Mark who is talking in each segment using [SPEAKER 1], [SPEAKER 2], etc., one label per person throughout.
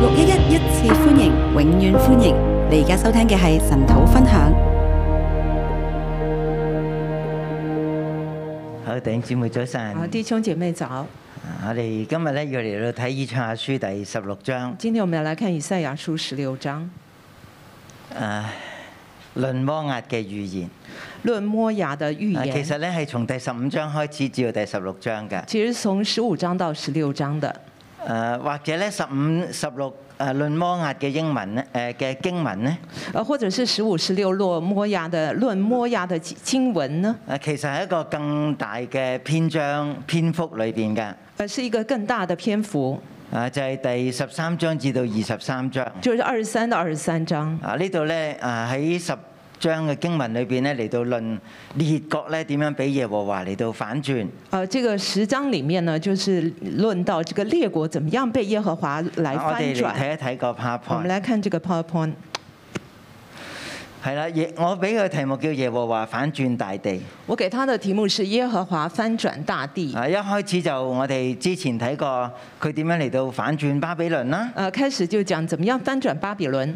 [SPEAKER 1] 六一一一次歡迎，永遠歡迎！你而家收聽嘅係神土分享。
[SPEAKER 2] 好，弟兄姊妹早
[SPEAKER 3] 啊，
[SPEAKER 2] 晨。啊
[SPEAKER 3] 弟兄姐妹早！
[SPEAKER 2] 我哋今日咧要嚟到睇以賽亞書第十六章，
[SPEAKER 3] 今天我们要来看以赛亞書十六章，
[SPEAKER 2] 論摩押嘅預言。
[SPEAKER 3] 論摩亞的預
[SPEAKER 2] 啊
[SPEAKER 3] 言。
[SPEAKER 2] 其實咧係從第十五章開始至到第十六章嘅。
[SPEAKER 3] 其實從十五章到十六章的，
[SPEAKER 2] 誒、啊或者咧十五、十六誒論摩押嘅英文咧，誒、嘅經文咧，
[SPEAKER 3] 呃，或者是十五、十六落摩亞的論摩亞的經文呢，
[SPEAKER 2] 誒啊其實係一個更大嘅篇章篇幅裏邊嘅。
[SPEAKER 3] 呃，是一個更大的篇幅，
[SPEAKER 2] 啊，就係、第十三章至到二十三章。
[SPEAKER 3] 就是二十三到二十三章。
[SPEAKER 2] 啊，呢度咧啊喺十章嘅經文裏邊咧嚟到論列國咧點樣俾耶和華嚟到反轉。
[SPEAKER 3] 呃，這個十章裡面呢，就是論到這個列國怎麼樣被耶和華來
[SPEAKER 2] 啊我
[SPEAKER 3] 翻
[SPEAKER 2] 哋嚟
[SPEAKER 3] 轉。
[SPEAKER 2] 睇一睇個
[SPEAKER 3] 我們
[SPEAKER 2] PowerPoint。
[SPEAKER 3] 來看這個 PowerPoint，
[SPEAKER 2] 係啦，耶我俾佢題目叫耶和華反轉大地。
[SPEAKER 3] 我給他的題目是耶和華翻轉大地。
[SPEAKER 2] 啊，一開始就我哋之前睇過佢點樣嚟到反轉巴比倫啦，
[SPEAKER 3] 呃，開始就講怎麼樣翻轉巴比倫，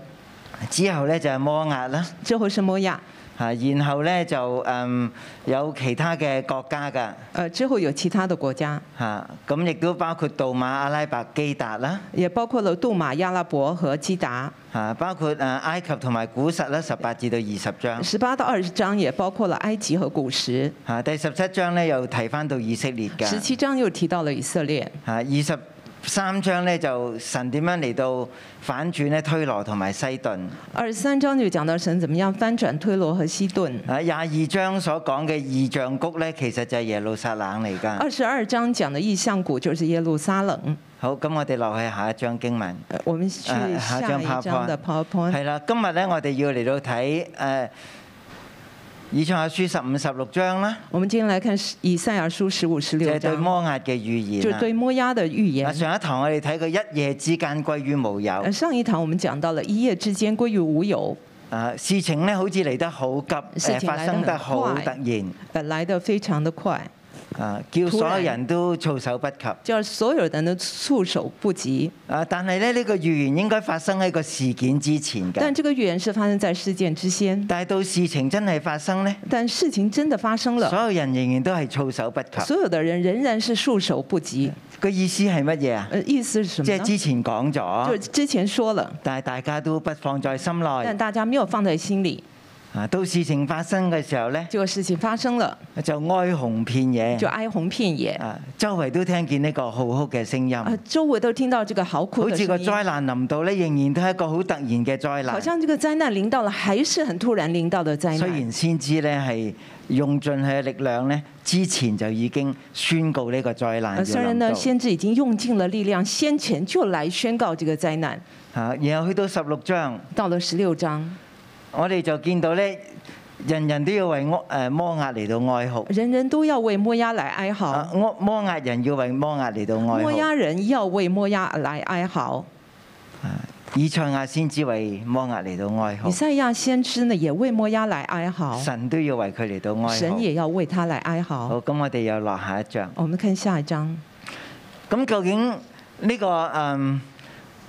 [SPEAKER 2] 之後咧就係摩押啦，
[SPEAKER 3] 之後是摩亞。
[SPEAKER 2] 啊，然後咧就嗯有其他嘅國家㗎。
[SPEAKER 3] 呃，之後有其他的國家，
[SPEAKER 2] 嚇，咁亦都包括杜馬、阿拉伯、基達啦，
[SPEAKER 3] 也包括了杜馬、亞拉伯和基達。
[SPEAKER 2] 嚇，包括啊埃及同埋古實啦，十八至到二十章。
[SPEAKER 3] 十八到二十章也包括了埃及和古實。
[SPEAKER 2] 啊，第十七章咧又提翻到以色列㗎。
[SPEAKER 3] 十七章又提到了以色列。
[SPEAKER 2] 啊，二十三章咧就神點樣嚟到反轉咧推羅同埋西頓。
[SPEAKER 3] 二十三章就講到神怎麼樣翻轉推羅和西頓。
[SPEAKER 2] 啊，廿二章所講嘅異象谷咧，其實就係耶路撒冷嚟㗎。
[SPEAKER 3] 二十二章講的意象谷就是耶路撒冷。
[SPEAKER 2] 好，咁我哋留喺下一章經文。
[SPEAKER 3] 呃我們去
[SPEAKER 2] 呃
[SPEAKER 3] 下
[SPEAKER 2] 下一張
[SPEAKER 3] 一章的 PowerPoint。
[SPEAKER 2] 係啦，今日咧我哋要嚟到睇誒、呃以賽亞書十五、十六章啦，
[SPEAKER 3] 我們今天來看以賽亞書十五、十
[SPEAKER 2] 就
[SPEAKER 3] 六
[SPEAKER 2] 係對
[SPEAKER 3] 章，
[SPEAKER 2] 摩押嘅預言
[SPEAKER 3] 就是
[SPEAKER 2] 啦
[SPEAKER 3] 對摩押的預
[SPEAKER 2] 啊，
[SPEAKER 3] 言。
[SPEAKER 2] 上一堂我哋睇過一夜之間歸於無有
[SPEAKER 3] 呃，上一堂我們講到了一夜之間歸於無有，
[SPEAKER 2] 啊事情咧好似嚟得好急，
[SPEAKER 3] 事
[SPEAKER 2] 誒
[SPEAKER 3] 情
[SPEAKER 2] 發生得好
[SPEAKER 3] 嚟
[SPEAKER 2] 突
[SPEAKER 3] 得很
[SPEAKER 2] 然。
[SPEAKER 3] 呃，來得非常的快。
[SPEAKER 2] 啊，叫所有
[SPEAKER 3] 突然
[SPEAKER 2] 人都措手不及。
[SPEAKER 3] 就是所有人都措手不及。
[SPEAKER 2] 啊，但係咧呢、呢個預言應該發生喺個事件之前
[SPEAKER 3] 但
[SPEAKER 2] 㗎。
[SPEAKER 3] 這個預言是發生在事件之先，
[SPEAKER 2] 但係到事情真係發生呢，
[SPEAKER 3] 但事情真的發生
[SPEAKER 2] 所啊
[SPEAKER 3] 了，
[SPEAKER 2] 有人仍然都係措手不及。
[SPEAKER 3] 所有的人仍然是束手不及。
[SPEAKER 2] 個意思係乜嘢啊？
[SPEAKER 3] 呃，意思是什
[SPEAKER 2] 即
[SPEAKER 3] 麼
[SPEAKER 2] 係
[SPEAKER 3] 呢？
[SPEAKER 2] 之前講
[SPEAKER 3] 就
[SPEAKER 2] 咗，
[SPEAKER 3] 之前說了，
[SPEAKER 2] 但係大家都不放在心內。
[SPEAKER 3] 但大家沒有放在心裡。
[SPEAKER 2] 啊，到事情發生嘅時候呢，
[SPEAKER 3] 結果事情發生了，
[SPEAKER 2] 就哀鴻遍
[SPEAKER 3] 就
[SPEAKER 2] 野。
[SPEAKER 3] 哀鴻遍野，
[SPEAKER 2] 啊，周圍都聽見呢個號哭嘅聲音，
[SPEAKER 3] 呃，周圍都聽到這個嚎哭
[SPEAKER 2] 好
[SPEAKER 3] 的
[SPEAKER 2] 似個
[SPEAKER 3] 聲音，
[SPEAKER 2] 災難臨到呢，仍然都係一個好突然嘅災
[SPEAKER 3] 好
[SPEAKER 2] 難。
[SPEAKER 3] 像這個災難臨到了，還是很突然臨到的災
[SPEAKER 2] 雖
[SPEAKER 3] 難。
[SPEAKER 2] 然先知咧係用盡佢嘅力量咧，之前就已經宣告呢個災難要
[SPEAKER 3] 呃，雖然
[SPEAKER 2] 臨
[SPEAKER 3] 呢，
[SPEAKER 2] 哎到。
[SPEAKER 3] 先知已經用盡了力量，先前就來宣告這個災難。
[SPEAKER 2] 嚇，啊然後去到十六章，
[SPEAKER 3] 到了十六章，
[SPEAKER 2] 我哋就見到咧，人人都要為摩誒摩押嚟到哀哭。
[SPEAKER 3] 人人都要為摩押來哀嚎。
[SPEAKER 2] 啊，摩摩押人要為摩押嚟到
[SPEAKER 3] 哦摩
[SPEAKER 2] 哀
[SPEAKER 3] 押人要為摩押來哀嚎，
[SPEAKER 2] 哭。以賽亞先知為摩押嚟到哀
[SPEAKER 3] 以
[SPEAKER 2] 哭。
[SPEAKER 3] 賽亞先知呢也為摩押來哀嚎，
[SPEAKER 2] 神都要為佢嚟到哀
[SPEAKER 3] 神
[SPEAKER 2] 哭。
[SPEAKER 3] 也要為他來哀嚎。
[SPEAKER 2] 好，咁我哋又落下一章。
[SPEAKER 3] 我們看下一章，
[SPEAKER 2] 咁究竟呢、個嗯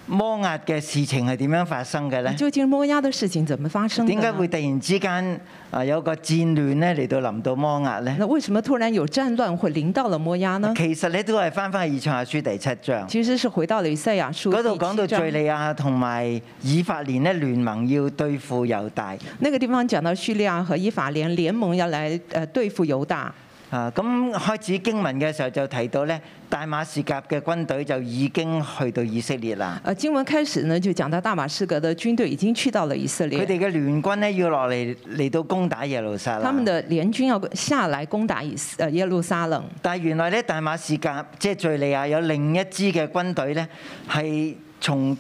[SPEAKER 2] 摩押嘅事情係點樣發生嘅咧？
[SPEAKER 3] 究竟摩押的事情怎麼發生的
[SPEAKER 2] 點
[SPEAKER 3] 呢？
[SPEAKER 2] 解會突然之間啊有個戰亂咧嚟到臨到摩押咧？
[SPEAKER 3] 那為什麼突然有戰亂會臨到了摩押呢？
[SPEAKER 2] 其實咧都係翻翻去以賽亞書第七章，
[SPEAKER 3] 其實是回到了以賽亞書
[SPEAKER 2] 嗰度講
[SPEAKER 3] 第
[SPEAKER 2] 到
[SPEAKER 3] 七
[SPEAKER 2] 敍
[SPEAKER 3] 章，
[SPEAKER 2] 利亞同埋以法蓮咧聯盟要對付猶大
[SPEAKER 3] 那個地方講到敘利亞和以法蓮聯盟要來呃對付猶大。
[SPEAKER 2] 啊。咁開始經文嘅時候就提到咧，大馬士革嘅軍隊就已經去到以色列啦。
[SPEAKER 3] 呃，經文開始呢就講到大馬士革的軍隊已經去到了以色
[SPEAKER 2] 佢
[SPEAKER 3] 列，
[SPEAKER 2] 哋嘅聯軍咧要落嚟嚟到攻打耶路撒
[SPEAKER 3] 他們
[SPEAKER 2] 冷。
[SPEAKER 3] 的聯軍要下來攻打以呃耶路撒冷。
[SPEAKER 2] 但係原來咧，大馬士革即係敍利亞有另一支嘅軍隊咧，係從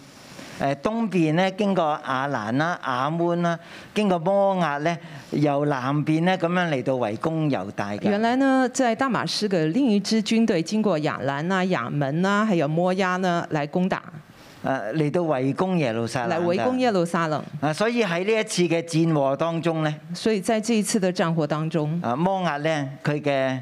[SPEAKER 2] 誒東邊咧經過亞蘭啦、亞捫啦，經過摩押咧，由南邊咧咁樣嚟到圍攻猶大
[SPEAKER 3] 原
[SPEAKER 2] 嘅。
[SPEAKER 3] 來呢，在大馬士革另一支軍隊經過亞蘭啊、亞門啊，還有摩押呢，來攻打，
[SPEAKER 2] 誒嚟到圍攻耶路撒冷
[SPEAKER 3] 來
[SPEAKER 2] 㗎。
[SPEAKER 3] 圍攻耶路撒冷。
[SPEAKER 2] 啊！所以喺呢一次嘅戰禍當中咧，
[SPEAKER 3] 所以在這一次的戰火當中，
[SPEAKER 2] 啊摩押咧佢嘅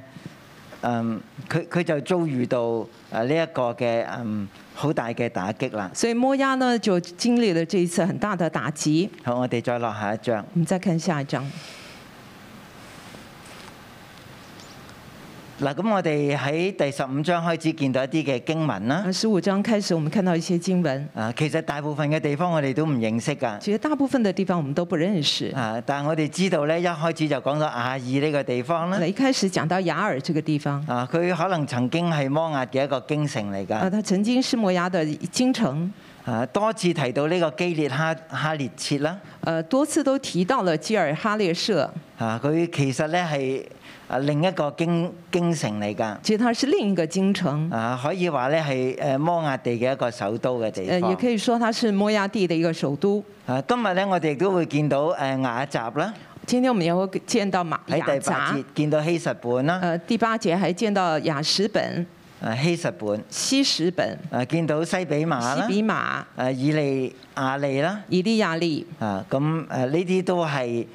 [SPEAKER 2] 嗯佢佢就遭遇到誒呢一個嘅嗯好大嘅打擊啦。
[SPEAKER 3] 所以摩押呢就经历了这一次很大的打击。
[SPEAKER 2] 好，我哋再落下一章。
[SPEAKER 3] 我们再看下一章。
[SPEAKER 2] 嗱，咁我哋喺第十五章開始見到一啲嘅經文啦。
[SPEAKER 3] 啊，十五章开始，我们看到一些经文，
[SPEAKER 2] 啊，其實大部分嘅地方我哋都唔認識㗎。
[SPEAKER 3] 其实大部分的地方我们都不认识。
[SPEAKER 2] 啊！但係我哋知道咧，一開始就講到亞爾呢個地方
[SPEAKER 3] 那
[SPEAKER 2] 啦。
[SPEAKER 3] 一开始讲到雅尔这个地方，
[SPEAKER 2] 啊，佢可能曾經係摩押嘅一個京城嚟
[SPEAKER 3] 啊，
[SPEAKER 2] 㗎。
[SPEAKER 3] 它曾经是摩押的京城，
[SPEAKER 2] 啊，多次提到呢個基列哈哈列切啦。
[SPEAKER 3] 呃，多次都提到了基尔哈列舍，
[SPEAKER 2] 啊，佢其實咧係啊另一個京京城嚟㗎。
[SPEAKER 3] 其实它是另一个京城，
[SPEAKER 2] 啊，可以話咧係誒摩押地嘅一個首都嘅
[SPEAKER 3] 呃，
[SPEAKER 2] 地
[SPEAKER 3] 也
[SPEAKER 2] 方
[SPEAKER 3] 可。以说它是摩押地的一个首都。
[SPEAKER 2] 啊，今日咧我哋亦都會見到誒雅集啦，
[SPEAKER 3] 今天我們也會見到馬雅
[SPEAKER 2] 喺第八
[SPEAKER 3] 杂
[SPEAKER 2] 節，見到希實本啦，
[SPEAKER 3] 呃，第八節還見到雅什本、
[SPEAKER 2] 啊希實本，
[SPEAKER 3] 西什本、
[SPEAKER 2] 啊見到西比馬
[SPEAKER 3] 西
[SPEAKER 2] 啦，
[SPEAKER 3] 比馬、
[SPEAKER 2] 啊以利亞利啦。
[SPEAKER 3] 以利亞利，
[SPEAKER 2] 啊，咁誒呢啲都係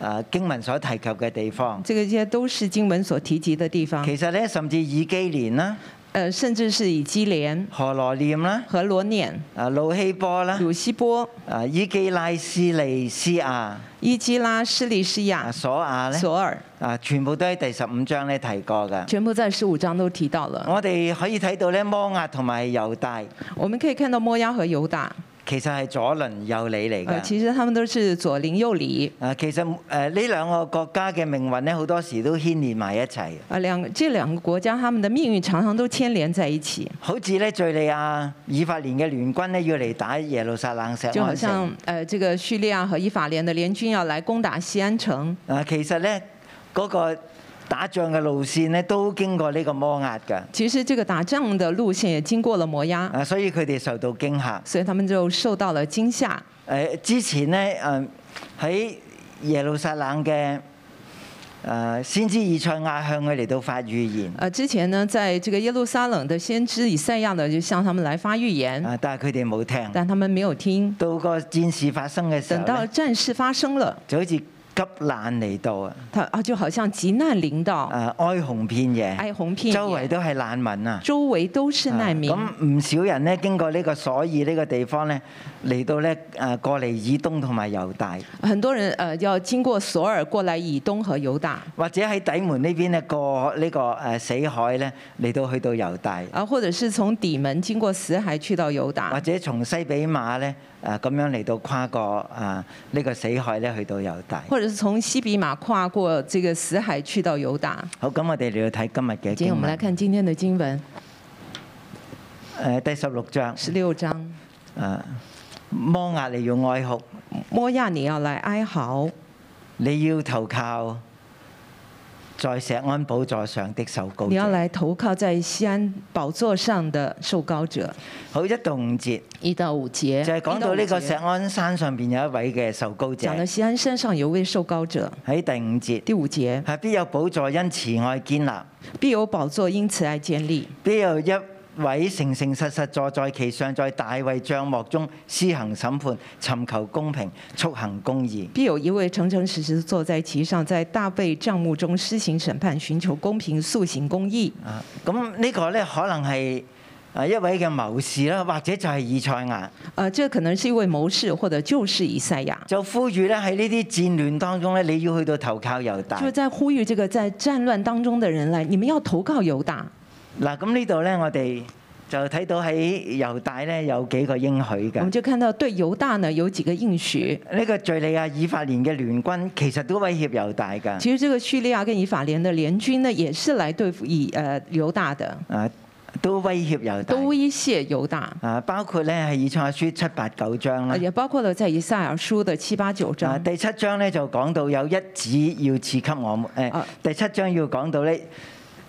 [SPEAKER 2] 誒經文所提及嘅地方。
[SPEAKER 3] 這個這些都是經文所提及的地方。
[SPEAKER 2] 其實咧，甚至以基連啦、
[SPEAKER 3] 呃，甚至是以基連、
[SPEAKER 2] 何羅念啦、
[SPEAKER 3] 和羅念、
[SPEAKER 2] 啊路希波啦、
[SPEAKER 3] 魯西波、
[SPEAKER 2] 啊伊基拉斯利斯亞、
[SPEAKER 3] 伊基拉、施利施
[SPEAKER 2] 啊
[SPEAKER 3] 亞、
[SPEAKER 2] 索亞咧，
[SPEAKER 3] 索爾，
[SPEAKER 2] 啊全部都喺第十五章咧提過㗎。
[SPEAKER 3] 全部在十五章都提到了。
[SPEAKER 2] 我哋可以睇到咧，摩押同埋猶大
[SPEAKER 3] 我們可以看到摩押和猶大，
[SPEAKER 2] 其實係左鄰右里嚟
[SPEAKER 3] 呃，
[SPEAKER 2] 㗎。
[SPEAKER 3] 其實他們都是左鄰右里。
[SPEAKER 2] 啊，其實誒呢兩個國家嘅命運咧，好多時都牽連埋一齊，
[SPEAKER 3] 啊，兩這兩個國家，他們的命運常常都牽連在一起。
[SPEAKER 2] 好似咧敍利亞以法蓮嘅聯軍咧要嚟打耶路撒冷石
[SPEAKER 3] 就好
[SPEAKER 2] 安城。
[SPEAKER 3] 像呃，这个叙利亚和以法莲的联军要来攻打西安城，
[SPEAKER 2] 啊，其實咧嗰、個打仗嘅路線咧都經過呢個摩押㗎，
[SPEAKER 3] 其實這個打仗的路線也經過了摩押，
[SPEAKER 2] 啊，所以佢哋受到驚嚇。
[SPEAKER 3] 所以他們就受到了驚嚇。
[SPEAKER 2] 誒、之前咧誒喺耶路撒冷嘅誒、呃先知以賽亞向佢嚟到發預言，
[SPEAKER 3] 呃，之前呢，在這個耶路撒冷的先知以賽亞呢，就向他們來发預言，
[SPEAKER 2] 啊，但係佢哋冇聽。
[SPEAKER 3] 但他們沒有聽。
[SPEAKER 2] 到個戰事發生嘅時候
[SPEAKER 3] 等到
[SPEAKER 2] 呢，
[SPEAKER 3] 戰事發生了，
[SPEAKER 2] 就好似急難嚟到啊！
[SPEAKER 3] 他啊就好像急難臨到，
[SPEAKER 2] 誒哀鴻遍野，
[SPEAKER 3] 哀鴻遍
[SPEAKER 2] 周圍
[SPEAKER 3] 野，
[SPEAKER 2] 都係難民啊！
[SPEAKER 3] 周圍都是
[SPEAKER 2] 啊
[SPEAKER 3] 難民。
[SPEAKER 2] 咁唔少人咧經過呢個所以呢個地方咧，嚟到咧誒過嚟以東同埋猶大。
[SPEAKER 3] 很多人呃要經過索爾過來以東和猶大，
[SPEAKER 2] 或者喺底門呢邊咧過呢個誒死海咧嚟到去到猶大，
[SPEAKER 3] 啊或者是從底門經過死海去到猶大
[SPEAKER 2] 或。者從西比馬咧誒咁樣嚟到跨過啊呢個死海咧去到猶大。
[SPEAKER 3] 或者是從西比馬跨過這個死海去到猶大。
[SPEAKER 2] 好，咁我哋嚟到睇今日嘅
[SPEAKER 3] 今天我
[SPEAKER 2] 經
[SPEAKER 3] 們來
[SPEAKER 2] 文，
[SPEAKER 3] 看今天的經文
[SPEAKER 2] 誒第十六章
[SPEAKER 3] 十六章，
[SPEAKER 2] 誒摩押你要哀哭，
[SPEAKER 3] 摩亞你要來哀嚎，
[SPEAKER 2] 你要投靠在石安寶座上的受膏
[SPEAKER 3] 你要
[SPEAKER 2] 者。
[SPEAKER 3] 來投靠在西安寶座上的受膏者。
[SPEAKER 2] 好一到五節
[SPEAKER 3] 一到五節
[SPEAKER 2] 就係講到呢個石
[SPEAKER 3] 講
[SPEAKER 2] 安山上邊有一位嘅受膏者
[SPEAKER 3] 講到西安山上有位受膏者。
[SPEAKER 2] 喺第五節
[SPEAKER 3] 第五節，
[SPEAKER 2] 係必有寶座因慈愛建立。
[SPEAKER 3] 必有寶座因慈愛建立，
[SPEAKER 2] 必有一位誠誠實實坐在其上，在大衛帳幕中施行審判，尋求公平，速行公義。
[SPEAKER 3] 必有一位誠誠實實坐在其上，在大衛帳幕中施行審判，尋求公平，塑行公義。
[SPEAKER 2] 啊，咁呢個呢，可能係啊一位嘅謀士啦，或者就係以賽亞，
[SPEAKER 3] 呃，這可能是一位謀士，或者就是以賽亞。
[SPEAKER 2] 就呼籲咧喺呢啲戰亂當中呢，你要去到投靠猶大。
[SPEAKER 3] 就在呼籲這個在戰亂當中的人來，你們要投靠猶大。
[SPEAKER 2] 嗱，咁呢度呢，我哋就睇到喺猶大呢，有幾個應許
[SPEAKER 3] 我們
[SPEAKER 2] 嘅。
[SPEAKER 3] 就看到對猶大呢有幾個應許。
[SPEAKER 2] 呢個敍利亞以法蓮嘅聯軍其實都威脅猶大㗎。
[SPEAKER 3] 其實這個敘利亞跟以法蓮的聯軍呢，也是來對付以呃猶大的，
[SPEAKER 2] 啊，都威脅猶大
[SPEAKER 3] 都。威脅猶大，
[SPEAKER 2] 啊，包括咧係以賽亞書七八九章啦
[SPEAKER 3] 呃。也包括了在以賽亞書的七八九
[SPEAKER 2] 啊，
[SPEAKER 3] 章。
[SPEAKER 2] 第七章咧就講到有一子要賜給我們，誒、
[SPEAKER 3] 啊
[SPEAKER 2] 第七章要講到咧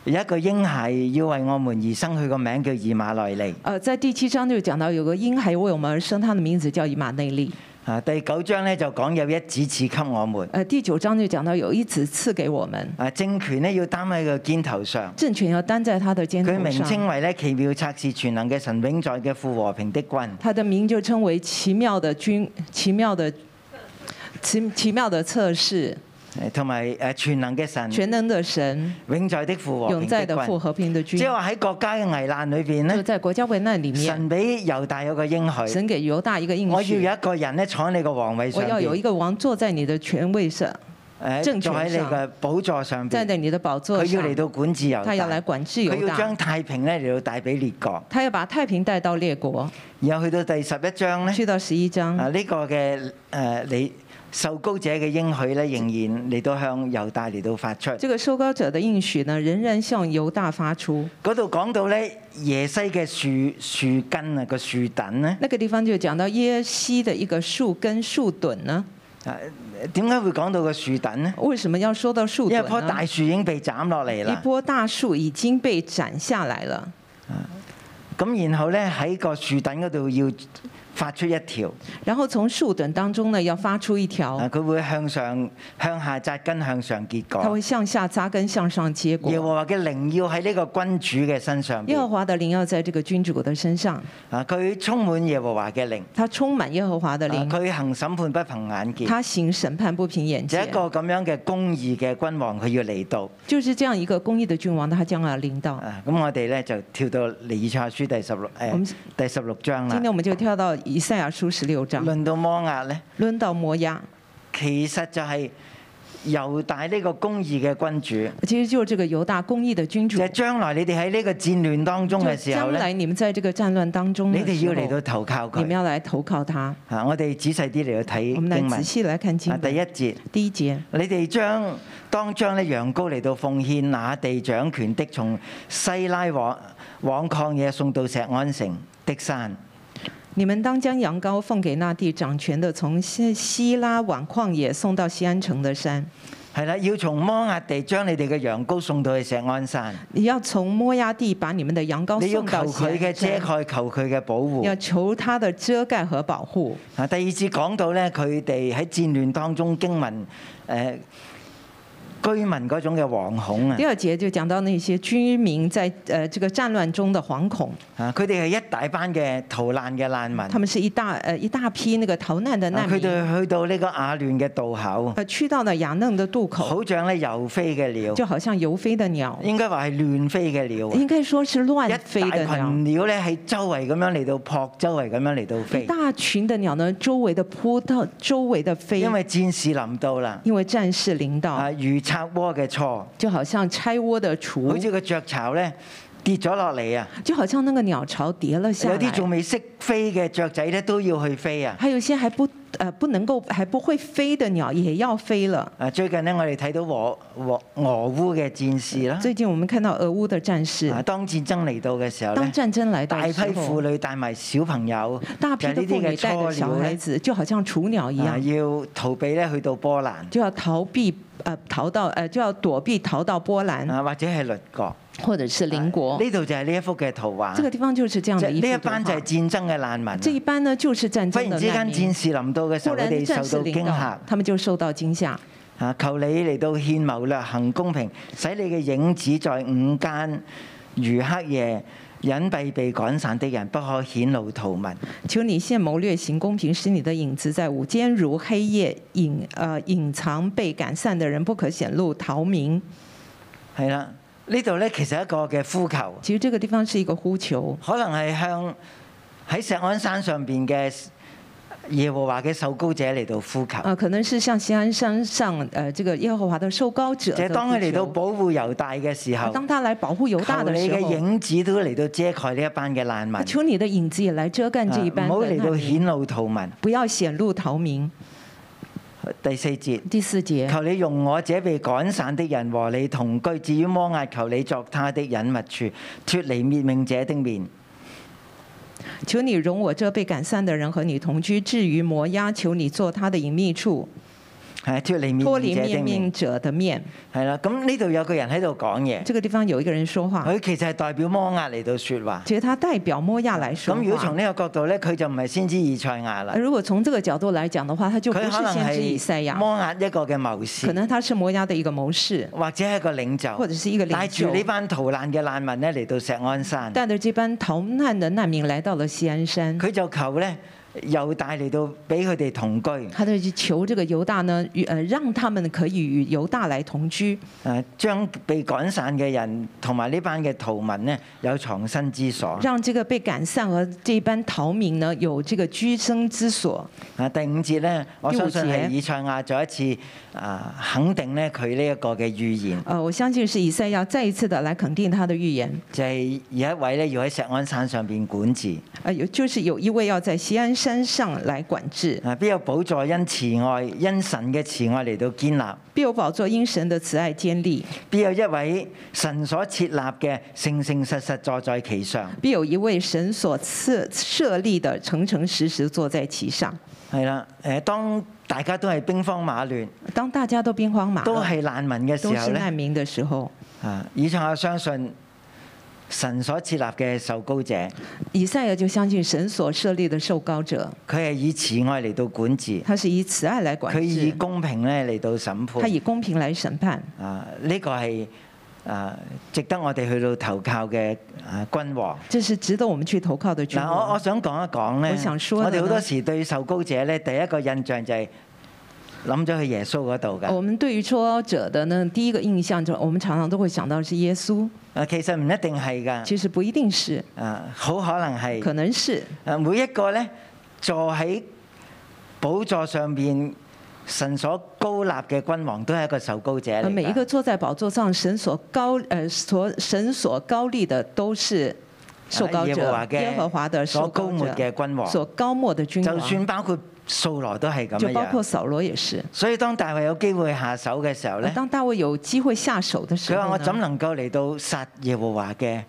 [SPEAKER 2] 有一個嬰孩要為我們而生，佢個名叫以馬內利。
[SPEAKER 3] 呃，在第七章就講到有個嬰孩為我們而生，他的名字叫以馬內利。
[SPEAKER 2] 啊，第九章咧就講有一子賜給我們，
[SPEAKER 3] 呃，第九章就講到有一子賜給我們，
[SPEAKER 2] 啊，政權咧要擔喺個肩頭上。
[SPEAKER 3] 政權要擔在他的肩
[SPEAKER 2] 佢
[SPEAKER 3] 頭
[SPEAKER 2] 名
[SPEAKER 3] 上。
[SPEAKER 2] 稱為咧奇妙策士全能嘅神永在嘅父和平的君。
[SPEAKER 3] 他的名就稱為奇妙的君，奇妙的奇奇妙的測試。
[SPEAKER 2] 誒呃同埋誒全能嘅神、
[SPEAKER 3] 全能的神，
[SPEAKER 2] 永在的父和平
[SPEAKER 3] 永在的父
[SPEAKER 2] 君。
[SPEAKER 3] 和平的君
[SPEAKER 2] 即，係話喺國家嘅危難裏邊
[SPEAKER 3] 就
[SPEAKER 2] 咧，
[SPEAKER 3] 在國家危難裡面，
[SPEAKER 2] 神俾猶大有個應許，
[SPEAKER 3] 神給猶大一個應
[SPEAKER 2] 我要
[SPEAKER 3] 許，
[SPEAKER 2] 有一個人咧坐喺你個皇位
[SPEAKER 3] 我
[SPEAKER 2] 上
[SPEAKER 3] 要有一
[SPEAKER 2] 邊，
[SPEAKER 3] 個王坐在你的權位上，
[SPEAKER 2] 誒
[SPEAKER 3] 政權
[SPEAKER 2] 坐喺你
[SPEAKER 3] 上
[SPEAKER 2] 嘅寶座上
[SPEAKER 3] 站
[SPEAKER 2] 邊，
[SPEAKER 3] 在你的寶座
[SPEAKER 2] 佢要嚟
[SPEAKER 3] 上，
[SPEAKER 2] 到管治猶
[SPEAKER 3] 他要來
[SPEAKER 2] 大，
[SPEAKER 3] 管制
[SPEAKER 2] 佢
[SPEAKER 3] 猶
[SPEAKER 2] 要將
[SPEAKER 3] 大，
[SPEAKER 2] 太平咧嚟到帶俾列國。
[SPEAKER 3] 他要把太平帶到列國。
[SPEAKER 2] 然後去到第十一章咧，
[SPEAKER 3] 去到十一章，
[SPEAKER 2] 啊呢、個嘅誒你受高者嘅應許咧，仍然嚟到向猶大嚟到發出。
[SPEAKER 3] 這個收高者的應許呢，仍然向猶大發出。
[SPEAKER 2] 嗰度講到咧耶西嘅樹樹根啊個樹墩咧，
[SPEAKER 3] 那個地方就講到耶西的一個樹根樹墩呢，
[SPEAKER 2] 啊點解會講到個樹墩咧？
[SPEAKER 3] 為什麼要說到樹
[SPEAKER 2] 因為
[SPEAKER 3] 墩
[SPEAKER 2] 棵大
[SPEAKER 3] 呢？
[SPEAKER 2] 樹已經被斬落嚟
[SPEAKER 3] 一
[SPEAKER 2] 啦。
[SPEAKER 3] 棵大樹已經被斬下來了，
[SPEAKER 2] 咁然後咧喺個樹墩嗰度要發出一條，
[SPEAKER 3] 然後從樹墩當中呢，要發出一條
[SPEAKER 2] 啊，佢會向上向下扎根，向上結
[SPEAKER 3] 它
[SPEAKER 2] 果。
[SPEAKER 3] 會向下扎根，向上結
[SPEAKER 2] 耶
[SPEAKER 3] 果。
[SPEAKER 2] 和華嘅靈要喺呢個君主嘅身上
[SPEAKER 3] 耶和
[SPEAKER 2] 邊，
[SPEAKER 3] 華的靈要在這個君主的身上，
[SPEAKER 2] 啊，佢充滿耶和華嘅靈，
[SPEAKER 3] 他充滿耶和華的
[SPEAKER 2] 啊
[SPEAKER 3] 靈，
[SPEAKER 2] 佢行審判不憑眼見。
[SPEAKER 3] 他行審判不憑眼
[SPEAKER 2] 就一
[SPEAKER 3] 見，
[SPEAKER 2] 個咁樣嘅公義嘅君王，佢要嚟到
[SPEAKER 3] 就是這樣一個公義的君王，他將要領導。
[SPEAKER 2] 啊！咁我哋咧就跳到尼賽書第十六誒、
[SPEAKER 3] 我們
[SPEAKER 2] 第十六章
[SPEAKER 3] 今天
[SPEAKER 2] 啦。
[SPEAKER 3] 我們就跳到以賽亞書十六章，
[SPEAKER 2] 論到摩押咧，
[SPEAKER 3] 輪到摩押，
[SPEAKER 2] 其實就係猶大呢個公義嘅君
[SPEAKER 3] 其實就是這個猶大公義的君
[SPEAKER 2] 主，
[SPEAKER 3] 主
[SPEAKER 2] 就係、。將來你哋喺呢個戰亂當中
[SPEAKER 3] 就
[SPEAKER 2] 嘅時候
[SPEAKER 3] 將
[SPEAKER 2] 咧，
[SPEAKER 3] 來你們在這個戰亂當中
[SPEAKER 2] 你
[SPEAKER 3] 的
[SPEAKER 2] 哋
[SPEAKER 3] 時
[SPEAKER 2] 要
[SPEAKER 3] 候，
[SPEAKER 2] 嚟到投靠
[SPEAKER 3] 你們
[SPEAKER 2] 佢。
[SPEAKER 3] 要來投靠他。
[SPEAKER 2] 啊！我哋仔細啲嚟到睇
[SPEAKER 3] 我
[SPEAKER 2] 經
[SPEAKER 3] 們來
[SPEAKER 2] 文。
[SPEAKER 3] 仔細來看經
[SPEAKER 2] 啊，第
[SPEAKER 3] 文
[SPEAKER 2] 一，節，
[SPEAKER 3] 第一節，
[SPEAKER 2] 你哋將當將咧羊羔嚟到奉獻，那地掌權的從西拉往往曠野送到石安城的山。
[SPEAKER 3] 你們當將羊羔奉給那地掌權的，從西希拉往曠野送到西安城的山。
[SPEAKER 2] 係啦，要從摩押地將你哋嘅羊羔送到去石安山，
[SPEAKER 3] 你要從摩押地把你們的羊羔
[SPEAKER 2] 你要
[SPEAKER 3] 送
[SPEAKER 2] 求
[SPEAKER 3] 到西
[SPEAKER 2] 佢嘅
[SPEAKER 3] 安
[SPEAKER 2] 遮
[SPEAKER 3] 山，
[SPEAKER 2] 蓋，求佢嘅保護
[SPEAKER 3] 要。求他的遮蓋和保護。
[SPEAKER 2] 啊，第二次講到咧，佢哋喺戰亂當中經文誒、呃居民嗰種嘅惶恐啊
[SPEAKER 3] 第，二節就講到那些居民在呃這個戰亂中的惶恐，
[SPEAKER 2] 啊，佢哋係一大班嘅逃難嘅難民，
[SPEAKER 3] 他
[SPEAKER 2] 啊
[SPEAKER 3] 們是一大呃一大批那個逃難的難
[SPEAKER 2] 佢
[SPEAKER 3] 民，
[SPEAKER 2] 哋去到呢個亞亂嘅渡口，
[SPEAKER 3] 呃去到了雅嫩的渡口。
[SPEAKER 2] 好像咧遊飛嘅鳥，
[SPEAKER 3] 就好像游飞的鸟，
[SPEAKER 2] 應該話係亂飛嘅鳥啊
[SPEAKER 3] 應該說是亂飛
[SPEAKER 2] 一大
[SPEAKER 3] 的
[SPEAKER 2] 群
[SPEAKER 3] 鳥。
[SPEAKER 2] 鳥咧喺周圍咁樣嚟到撲，周圍咁樣嚟到
[SPEAKER 3] 一
[SPEAKER 2] 飛，
[SPEAKER 3] 大群的鳥呢，周圍的扑到，周圍的飛，
[SPEAKER 2] 因為戰事臨到啦，
[SPEAKER 3] 因為戰事临
[SPEAKER 2] 啊，
[SPEAKER 3] 到，
[SPEAKER 2] 如拆窩嘅錯。
[SPEAKER 3] 就好像拆窝的
[SPEAKER 2] 好
[SPEAKER 3] 雛，
[SPEAKER 2] 似個雀巢咧跌咗落嚟啊！
[SPEAKER 3] 就好像那個鳥巢跌了下
[SPEAKER 2] 有啲仲
[SPEAKER 3] 來。
[SPEAKER 2] 未識飛嘅雀仔咧都要去飛啊！
[SPEAKER 3] 還有一些還不呃不能夠還不會飛的鳥也要飛了。
[SPEAKER 2] 啊，最近咧我哋睇到俄俄俄烏嘅戰事啦，
[SPEAKER 3] 最近我們看到俄烏的戰事
[SPEAKER 2] 啊，，當戰爭嚟到嘅時候
[SPEAKER 3] 當
[SPEAKER 2] 咧，
[SPEAKER 3] 戰爭來
[SPEAKER 2] 大
[SPEAKER 3] 的
[SPEAKER 2] 批
[SPEAKER 3] 時
[SPEAKER 2] 婦
[SPEAKER 3] 候，
[SPEAKER 2] 女帶埋小朋友，
[SPEAKER 3] 大批
[SPEAKER 2] 就係
[SPEAKER 3] 的
[SPEAKER 2] 呢
[SPEAKER 3] 婦
[SPEAKER 2] 啲
[SPEAKER 3] 女
[SPEAKER 2] 嘅
[SPEAKER 3] 帶着
[SPEAKER 2] 初
[SPEAKER 3] 小孩
[SPEAKER 2] 鳥
[SPEAKER 3] 子，就好像雏鳥一
[SPEAKER 2] 咧，啊
[SPEAKER 3] 樣，
[SPEAKER 2] 要逃避咧去到波蘭
[SPEAKER 3] 就要逃避呃逃到呃就要躲避逃到波蘭
[SPEAKER 2] 啊，或啊者係鄰國。
[SPEAKER 3] 或者是鄰國。
[SPEAKER 2] 呢度就係呢一幅嘅圖畫，
[SPEAKER 3] 這個地方就是這樣
[SPEAKER 2] 即
[SPEAKER 3] 的
[SPEAKER 2] 係
[SPEAKER 3] 一
[SPEAKER 2] 啊呢一
[SPEAKER 3] 幅圖
[SPEAKER 2] 班就係
[SPEAKER 3] 畫。
[SPEAKER 2] 戰爭嘅難民啊。
[SPEAKER 3] 這一班呢，就是戰
[SPEAKER 2] 忽
[SPEAKER 3] 爭
[SPEAKER 2] 然
[SPEAKER 3] 的
[SPEAKER 2] 之間
[SPEAKER 3] 難
[SPEAKER 2] 戰
[SPEAKER 3] 民。
[SPEAKER 2] 事臨到嘅
[SPEAKER 3] 忽
[SPEAKER 2] 時候，佢
[SPEAKER 3] 然
[SPEAKER 2] 哋
[SPEAKER 3] 戰事
[SPEAKER 2] 受到
[SPEAKER 3] 臨
[SPEAKER 2] 驚嚇
[SPEAKER 3] 到。，他們就受到驚嚇。
[SPEAKER 2] 啊！求你嚟到獻謀略，行公平，使你嘅影子在午間如黑夜隱蔽被趕散的人，不可顯露逃民。
[SPEAKER 3] 求你献謀略，行公平，使你的影子在午间如黑夜隐呃隐藏被赶散的人，不可显露逃民。
[SPEAKER 2] 係啦，呢度呢，其實一個嘅呼求，
[SPEAKER 3] 其實這個地方是一個呼求，
[SPEAKER 2] 可能係向喺石安山上邊嘅耶和華嘅受高者嚟到呼求。
[SPEAKER 3] 呃，可能是像西安山上呃这個耶和華的受膏者
[SPEAKER 2] 就係
[SPEAKER 3] 的
[SPEAKER 2] 當佢嚟到
[SPEAKER 3] 呼求。
[SPEAKER 2] 保護猶大嘅時候，
[SPEAKER 3] 當他來保護猶大
[SPEAKER 2] 求
[SPEAKER 3] 的
[SPEAKER 2] 你
[SPEAKER 3] 時
[SPEAKER 2] 嘅
[SPEAKER 3] 候，
[SPEAKER 2] 影子都嚟到遮蓋呢一班嘅難民，啊
[SPEAKER 3] 求你的影子也來遮
[SPEAKER 2] 唔
[SPEAKER 3] 蓋這一班
[SPEAKER 2] 好
[SPEAKER 3] 啊的
[SPEAKER 2] 嚟
[SPEAKER 3] 難
[SPEAKER 2] 到
[SPEAKER 3] 民，
[SPEAKER 2] 顯露逃民。
[SPEAKER 3] 不要顯露逃民。
[SPEAKER 2] 第四節。
[SPEAKER 3] 第四節。
[SPEAKER 2] 求你容我這被趕散的人和你同居，至於摩押，求你作他的隱密處，脱離滅命者的面。
[SPEAKER 3] 求你容我这被赶散的人和你同居。至于摩押，求你做他的隐秘处，
[SPEAKER 2] 係脱離
[SPEAKER 3] 脱
[SPEAKER 2] 滅
[SPEAKER 3] 离
[SPEAKER 2] 命者的
[SPEAKER 3] 面
[SPEAKER 2] 面
[SPEAKER 3] 命。者的面。
[SPEAKER 2] 係啦，咁呢度有個人喺度講嘢，
[SPEAKER 3] 这个地方有一個人說話，
[SPEAKER 2] 佢其實係代表摩押嚟到説話。
[SPEAKER 3] 其實他代表摩押來
[SPEAKER 2] 咁
[SPEAKER 3] 說
[SPEAKER 2] 如果從
[SPEAKER 3] 話。
[SPEAKER 2] 呢個角度咧，佢就唔係先知以賽亞啦
[SPEAKER 3] 呃，如果從這個角度來講的話，他就
[SPEAKER 2] 佢
[SPEAKER 3] 不是
[SPEAKER 2] 可能
[SPEAKER 3] 先知以賽
[SPEAKER 2] 係
[SPEAKER 3] 亞，
[SPEAKER 2] 摩押一個嘅謀
[SPEAKER 3] 可
[SPEAKER 2] 士，
[SPEAKER 3] 能他是摩押的一個謀士，
[SPEAKER 2] 或者係一個領
[SPEAKER 3] 或者
[SPEAKER 2] 袖，
[SPEAKER 3] 是一個
[SPEAKER 2] 帶
[SPEAKER 3] 領
[SPEAKER 2] 住呢
[SPEAKER 3] 袖，
[SPEAKER 2] 班逃難嘅難民咧嚟到石安山，
[SPEAKER 3] 帶着這班逃難的難民來到了西安山。
[SPEAKER 2] 佢就求咧猶大嚟到俾佢哋同居，誒、
[SPEAKER 3] 他就去求这个犹大呢，与呃让他们可以与犹大来同居，
[SPEAKER 2] 將啊被趕散嘅人同埋呢班嘅逃民呢，有藏身之所。
[SPEAKER 3] 让这个被赶散和这班逃民呢有这个居生之所。
[SPEAKER 2] 啊，第五節呢，我
[SPEAKER 3] 第五
[SPEAKER 2] 相信係
[SPEAKER 3] 節
[SPEAKER 2] 以賽亞再一次啊肯定呢佢呢一個嘅預言，
[SPEAKER 3] 呃，我相信是以赛亚再一次的来肯定他的预言。
[SPEAKER 2] 就係、有一位呢要喺石安山上邊管治。
[SPEAKER 3] 呃，有就是有一位要在锡安山上来管制，
[SPEAKER 2] 啊，必有寶座因慈愛、因神嘅慈愛嚟到建立，
[SPEAKER 3] 必有宝座因神的慈爱坚立，
[SPEAKER 2] 必有一位神所設立嘅誠誠實實坐在其上。
[SPEAKER 3] 必有一位神所赐设立的诚诚实实坐在其上。
[SPEAKER 2] 係啦，誒，當大家都係兵荒馬亂，
[SPEAKER 3] 当大家都兵荒马
[SPEAKER 2] 都
[SPEAKER 3] 乱，
[SPEAKER 2] 係難民嘅時
[SPEAKER 3] 啊都
[SPEAKER 2] 候
[SPEAKER 3] 是难
[SPEAKER 2] 咧，
[SPEAKER 3] 民的时候，
[SPEAKER 2] 啊，以賽亞相信神所設立嘅受高者，
[SPEAKER 3] 以赛亚就相信神所设立的受膏者，
[SPEAKER 2] 佢係以慈愛嚟到管治，
[SPEAKER 3] 他是以慈爱来管
[SPEAKER 2] 佢以
[SPEAKER 3] 制，
[SPEAKER 2] 公平咧嚟到審
[SPEAKER 3] 他
[SPEAKER 2] 判。
[SPEAKER 3] 以公平来审判，
[SPEAKER 2] 啊，呢個係啊值得我哋去到投靠嘅啊君王。
[SPEAKER 3] 这是值得我们去投靠的君
[SPEAKER 2] 嗱，我我
[SPEAKER 3] 王。
[SPEAKER 2] 想講一講咧，
[SPEAKER 3] 我想說
[SPEAKER 2] 我哋
[SPEAKER 3] 呢
[SPEAKER 2] 好多時對受高者咧，第一個印象就係諗咗去耶穌嗰度
[SPEAKER 3] 我
[SPEAKER 2] 㗎。
[SPEAKER 3] 们对于受膏者的呢，第一个印象就是我们常常都会想到是耶稣，
[SPEAKER 2] 啊，其實唔一定係㗎，
[SPEAKER 3] 其实不一定是，
[SPEAKER 2] 啊，好可能係。
[SPEAKER 3] 可能是
[SPEAKER 2] 啊，每一個咧坐喺寶座上邊神所高立嘅君王，都係一個受高者嚟
[SPEAKER 3] 呃
[SPEAKER 2] 㗎。
[SPEAKER 3] 每一個坐在寶座上神所高呃所神所高立的都是受膏
[SPEAKER 2] 呃耶
[SPEAKER 3] 者，
[SPEAKER 2] 和華嘅
[SPEAKER 3] 耶和华的受
[SPEAKER 2] 所
[SPEAKER 3] 膏
[SPEAKER 2] 高
[SPEAKER 3] 者
[SPEAKER 2] 末嘅君王，
[SPEAKER 3] 所高末的君
[SPEAKER 2] 就算
[SPEAKER 3] 王，
[SPEAKER 2] 包括掃羅都係咁
[SPEAKER 3] 就
[SPEAKER 2] 樣
[SPEAKER 3] 包括
[SPEAKER 2] 樣。
[SPEAKER 3] 扫罗也是。
[SPEAKER 2] 所以當大衛有機會下手嘅時候
[SPEAKER 3] 呃
[SPEAKER 2] 咧，
[SPEAKER 3] 当大卫有机会下手的时
[SPEAKER 2] 佢話：
[SPEAKER 3] 候
[SPEAKER 2] 我怎
[SPEAKER 3] 呢，
[SPEAKER 2] 能夠嚟到殺耶和華嘅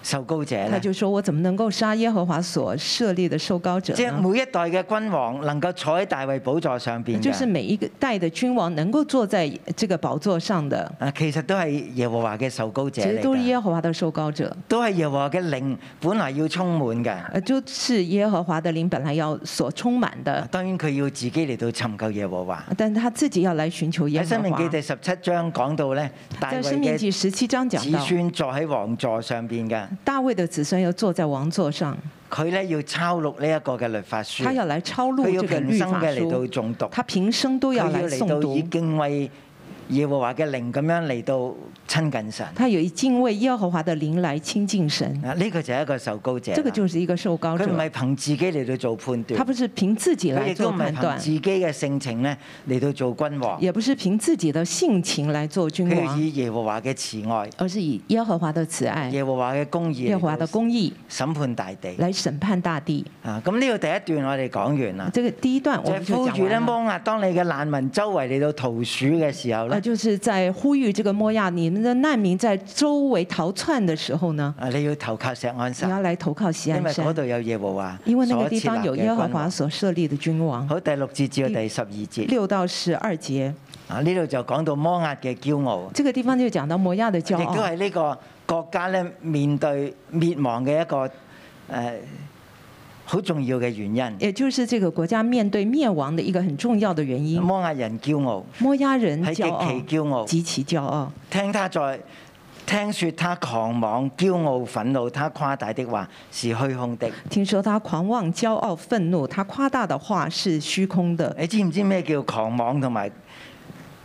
[SPEAKER 2] 受高者
[SPEAKER 3] 他
[SPEAKER 2] 咧？
[SPEAKER 3] 就说我怎么能够杀耶和华所设立的受膏者
[SPEAKER 2] 即係
[SPEAKER 3] 呢？
[SPEAKER 2] 每一代嘅君王能夠坐喺大衛寶座上邊
[SPEAKER 3] 就是
[SPEAKER 2] 嘅，
[SPEAKER 3] 每一个代的君王能够坐在这个宝座上的，
[SPEAKER 2] 啊，其實都係耶和華嘅受高者
[SPEAKER 3] 其实
[SPEAKER 2] 嚟
[SPEAKER 3] 都是
[SPEAKER 2] 㗎，
[SPEAKER 3] 耶和华的受膏者，
[SPEAKER 2] 都係耶和華嘅靈，本來要充滿嘅。
[SPEAKER 3] 呃，就是耶和华的灵本来要所充满的，
[SPEAKER 2] 當然佢要自己嚟到尋求耶和華。
[SPEAKER 3] 但他自己要来寻求耶
[SPEAKER 2] 啊喺《
[SPEAKER 3] 和
[SPEAKER 2] 生命記》
[SPEAKER 3] 华。
[SPEAKER 2] 第十七章講到咧，大
[SPEAKER 3] 在《
[SPEAKER 2] 衛
[SPEAKER 3] 生命
[SPEAKER 2] 嘅
[SPEAKER 3] 记》十七章讲
[SPEAKER 2] 子
[SPEAKER 3] 到，
[SPEAKER 2] 孫坐喺王座上邊嘅，
[SPEAKER 3] 大卫的子孙要坐在王座上，
[SPEAKER 2] 佢咧要抄錄呢一個嘅律法書，
[SPEAKER 3] 他要来抄录
[SPEAKER 2] 佢要
[SPEAKER 3] 这个
[SPEAKER 2] 平
[SPEAKER 3] 律
[SPEAKER 2] 生
[SPEAKER 3] 法
[SPEAKER 2] 嘅嚟到
[SPEAKER 3] 书，
[SPEAKER 2] 中讀，
[SPEAKER 3] 他平生都
[SPEAKER 2] 佢
[SPEAKER 3] 要
[SPEAKER 2] 要
[SPEAKER 3] 来
[SPEAKER 2] 嚟
[SPEAKER 3] 诵
[SPEAKER 2] 到以
[SPEAKER 3] 读。
[SPEAKER 2] 敬畏耶和華嘅靈咁樣嚟到親近神。
[SPEAKER 3] 他有一敬畏耶和华的灵来亲近神，
[SPEAKER 2] 啊，呢個就係一個受高者啦。
[SPEAKER 3] 这个就是一个受膏
[SPEAKER 2] 佢唔係
[SPEAKER 3] 者。
[SPEAKER 2] 憑自己嚟到做判
[SPEAKER 3] 他
[SPEAKER 2] 斷，
[SPEAKER 3] 不是凭自己
[SPEAKER 2] 佢
[SPEAKER 3] 来
[SPEAKER 2] 亦都
[SPEAKER 3] 做
[SPEAKER 2] 唔係
[SPEAKER 3] 判
[SPEAKER 2] 憑
[SPEAKER 3] 断
[SPEAKER 2] 自，己嘅性情咧嚟到做君王，
[SPEAKER 3] 也不是凭自己的性情来做君
[SPEAKER 2] 佢要
[SPEAKER 3] 王，
[SPEAKER 2] 以耶和華嘅慈愛、
[SPEAKER 3] 而是以耶和华的慈爱、
[SPEAKER 2] 耶和華嘅公義
[SPEAKER 3] 嗯耶和华
[SPEAKER 2] 嚟
[SPEAKER 3] 的
[SPEAKER 2] 到
[SPEAKER 3] 公义
[SPEAKER 2] 審判大地。
[SPEAKER 3] 来审判大地。
[SPEAKER 2] 啊，咁呢個第一段我哋講完啦，
[SPEAKER 3] 这个第一段嗯我
[SPEAKER 2] 就
[SPEAKER 3] 们
[SPEAKER 2] 係
[SPEAKER 3] 就
[SPEAKER 2] 啊呼
[SPEAKER 3] 讲
[SPEAKER 2] 籲咧
[SPEAKER 3] 完了。
[SPEAKER 2] 摩押，當你嘅難民周圍嚟到逃鼠嘅時候
[SPEAKER 3] 呃，
[SPEAKER 2] 咧，
[SPEAKER 3] 就是在呼吁这个摩亚，你们的难民在周围逃窜的时候呢，
[SPEAKER 2] 啊，你要投靠石安
[SPEAKER 3] 你要
[SPEAKER 2] 山，
[SPEAKER 3] 来投靠锡
[SPEAKER 2] 因
[SPEAKER 3] 安
[SPEAKER 2] 為嗰
[SPEAKER 3] 山，
[SPEAKER 2] 度有耶和華
[SPEAKER 3] 因
[SPEAKER 2] 所
[SPEAKER 3] 为那个地
[SPEAKER 2] 設
[SPEAKER 3] 方有
[SPEAKER 2] 立
[SPEAKER 3] 耶
[SPEAKER 2] 嘅
[SPEAKER 3] 和
[SPEAKER 2] 君
[SPEAKER 3] 华嗯
[SPEAKER 2] 王。
[SPEAKER 3] 所设立的君王。
[SPEAKER 2] 好，第六節至到第十二節，
[SPEAKER 3] 六到十二节，
[SPEAKER 2] 啊，呢度就講到摩押嘅驕傲，
[SPEAKER 3] 这个地方就讲到摩亚的
[SPEAKER 2] 亦
[SPEAKER 3] 骄
[SPEAKER 2] 都
[SPEAKER 3] 傲，
[SPEAKER 2] 係呢個國家咧面對滅亡嘅一個誒好重要嘅原因。
[SPEAKER 3] 也就是这个国家面对灭亡的一个很重要的原因。
[SPEAKER 2] 摩押人驕傲，
[SPEAKER 3] 摩亚人
[SPEAKER 2] 係
[SPEAKER 3] 骄傲，
[SPEAKER 2] 極其驕傲。
[SPEAKER 3] 极其骄傲。
[SPEAKER 2] 聽他在聽說他狂妄、驕傲、憤怒，他誇大的話是虛空的。
[SPEAKER 3] 听说他狂妄、骄傲、愤怒，他夸大的话是虚空的。
[SPEAKER 2] 你知唔知咩叫狂妄同埋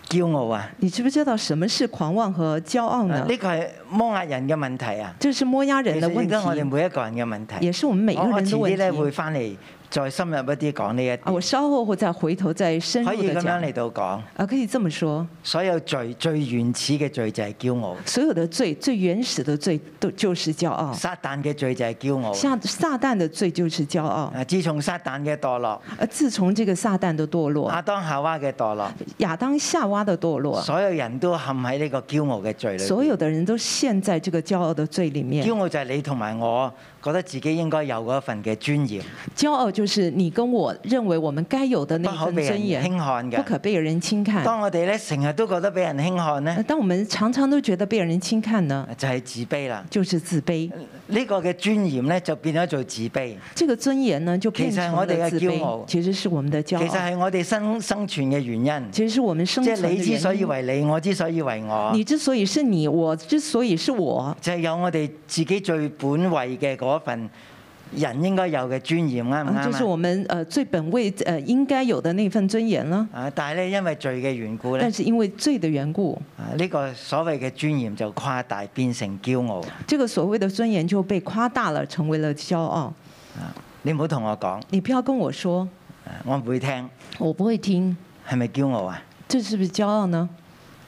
[SPEAKER 2] 驕傲啊？
[SPEAKER 3] 你知不知道什么是狂妄和骄傲
[SPEAKER 2] 啊
[SPEAKER 3] 呢？
[SPEAKER 2] 呢個係摩押人嘅問題啊，
[SPEAKER 3] 这是摩亚
[SPEAKER 2] 其
[SPEAKER 3] 人的
[SPEAKER 2] 實
[SPEAKER 3] 問
[SPEAKER 2] 亦都係我
[SPEAKER 3] 題，
[SPEAKER 2] 哋每一個人嘅問題。
[SPEAKER 3] 也是我们每
[SPEAKER 2] 我
[SPEAKER 3] 个
[SPEAKER 2] 我
[SPEAKER 3] 人
[SPEAKER 2] 遲
[SPEAKER 3] 的
[SPEAKER 2] 啲咧
[SPEAKER 3] 問
[SPEAKER 2] 會
[SPEAKER 3] 題。
[SPEAKER 2] 翻嚟再深入一啲講呢一
[SPEAKER 3] 啊，我
[SPEAKER 2] 啲，
[SPEAKER 3] 稍后会再回头再深
[SPEAKER 2] 可
[SPEAKER 3] 入
[SPEAKER 2] 以
[SPEAKER 3] 的
[SPEAKER 2] 咁樣
[SPEAKER 3] 讲。
[SPEAKER 2] 嚟到講，
[SPEAKER 3] 啊，可以這麼說，
[SPEAKER 2] 所有罪最原始嘅罪就係驕傲，
[SPEAKER 3] 所有的罪，最原始的罪都就是驕傲。
[SPEAKER 2] 撒旦嘅罪就係驕傲。
[SPEAKER 3] 下哦撒旦的罪就是驕傲。
[SPEAKER 2] 啊，自從撒旦嘅墮落，
[SPEAKER 3] 而自從這個撒旦的墮落，
[SPEAKER 2] 亞當夏娃嘅墮落，
[SPEAKER 3] 亞當夏娃的墮落，
[SPEAKER 2] 所有人都陷喺呢個驕傲嘅罪裏邊。
[SPEAKER 3] 啊所有的人都陷在這個驕傲的罪裡面。
[SPEAKER 2] 驕傲就係你同埋我覺得自己應該有嗰一份嘅尊嚴，
[SPEAKER 3] 驕傲就是你跟我認為我們該有的
[SPEAKER 2] 不
[SPEAKER 3] 那
[SPEAKER 2] 可
[SPEAKER 3] 份
[SPEAKER 2] 被
[SPEAKER 3] 尊
[SPEAKER 2] 人
[SPEAKER 3] 嚴，
[SPEAKER 2] 輕看
[SPEAKER 3] 不可
[SPEAKER 2] 嘅。
[SPEAKER 3] 被人輕看。
[SPEAKER 2] 當我哋咧成日都覺得俾人輕看
[SPEAKER 3] 呃
[SPEAKER 2] 咧，
[SPEAKER 3] 當我們常常都覺得被人輕看呢，
[SPEAKER 2] 就係自卑啦。
[SPEAKER 3] 就是自卑。
[SPEAKER 2] 呢個嘅尊嚴咧就變咗做自卑，
[SPEAKER 3] 這個尊嚴呢，就變
[SPEAKER 2] 其實係
[SPEAKER 3] 成
[SPEAKER 2] 我
[SPEAKER 3] 了
[SPEAKER 2] 哋嘅
[SPEAKER 3] 自
[SPEAKER 2] 驕傲
[SPEAKER 3] 卑，其實是我們的
[SPEAKER 2] 其
[SPEAKER 3] 驕
[SPEAKER 2] 實
[SPEAKER 3] 傲，
[SPEAKER 2] 係我哋生生存嘅原因。
[SPEAKER 3] 其實是我們生
[SPEAKER 2] 即
[SPEAKER 3] 存
[SPEAKER 2] 係
[SPEAKER 3] 的
[SPEAKER 2] 你之所
[SPEAKER 3] 原
[SPEAKER 2] 以
[SPEAKER 3] 因。
[SPEAKER 2] 為你，我之所以為我
[SPEAKER 3] 你，之所以是你，我之所以是我，
[SPEAKER 2] 就係有我哋自己最本位嘅嗰份人應該有嘅尊嚴，啱唔
[SPEAKER 3] 啊，就是
[SPEAKER 2] 啱啊
[SPEAKER 3] 我们呃最本位呃应该有的那份尊严啦。
[SPEAKER 2] 啊？但係咧，因為罪嘅緣故咧
[SPEAKER 3] 但，是因为罪的缘故，
[SPEAKER 2] 啊呢、個所謂嘅尊嚴就誇大變成驕傲。
[SPEAKER 3] 这个所谓的尊严就被夸大了，成为了骄傲。
[SPEAKER 2] 啊你唔好同我講，
[SPEAKER 3] 你不要跟我说，
[SPEAKER 2] 啊我唔會聽，
[SPEAKER 3] 我不会听，
[SPEAKER 2] 係咪驕傲啊？
[SPEAKER 3] 这是不是驕傲呢？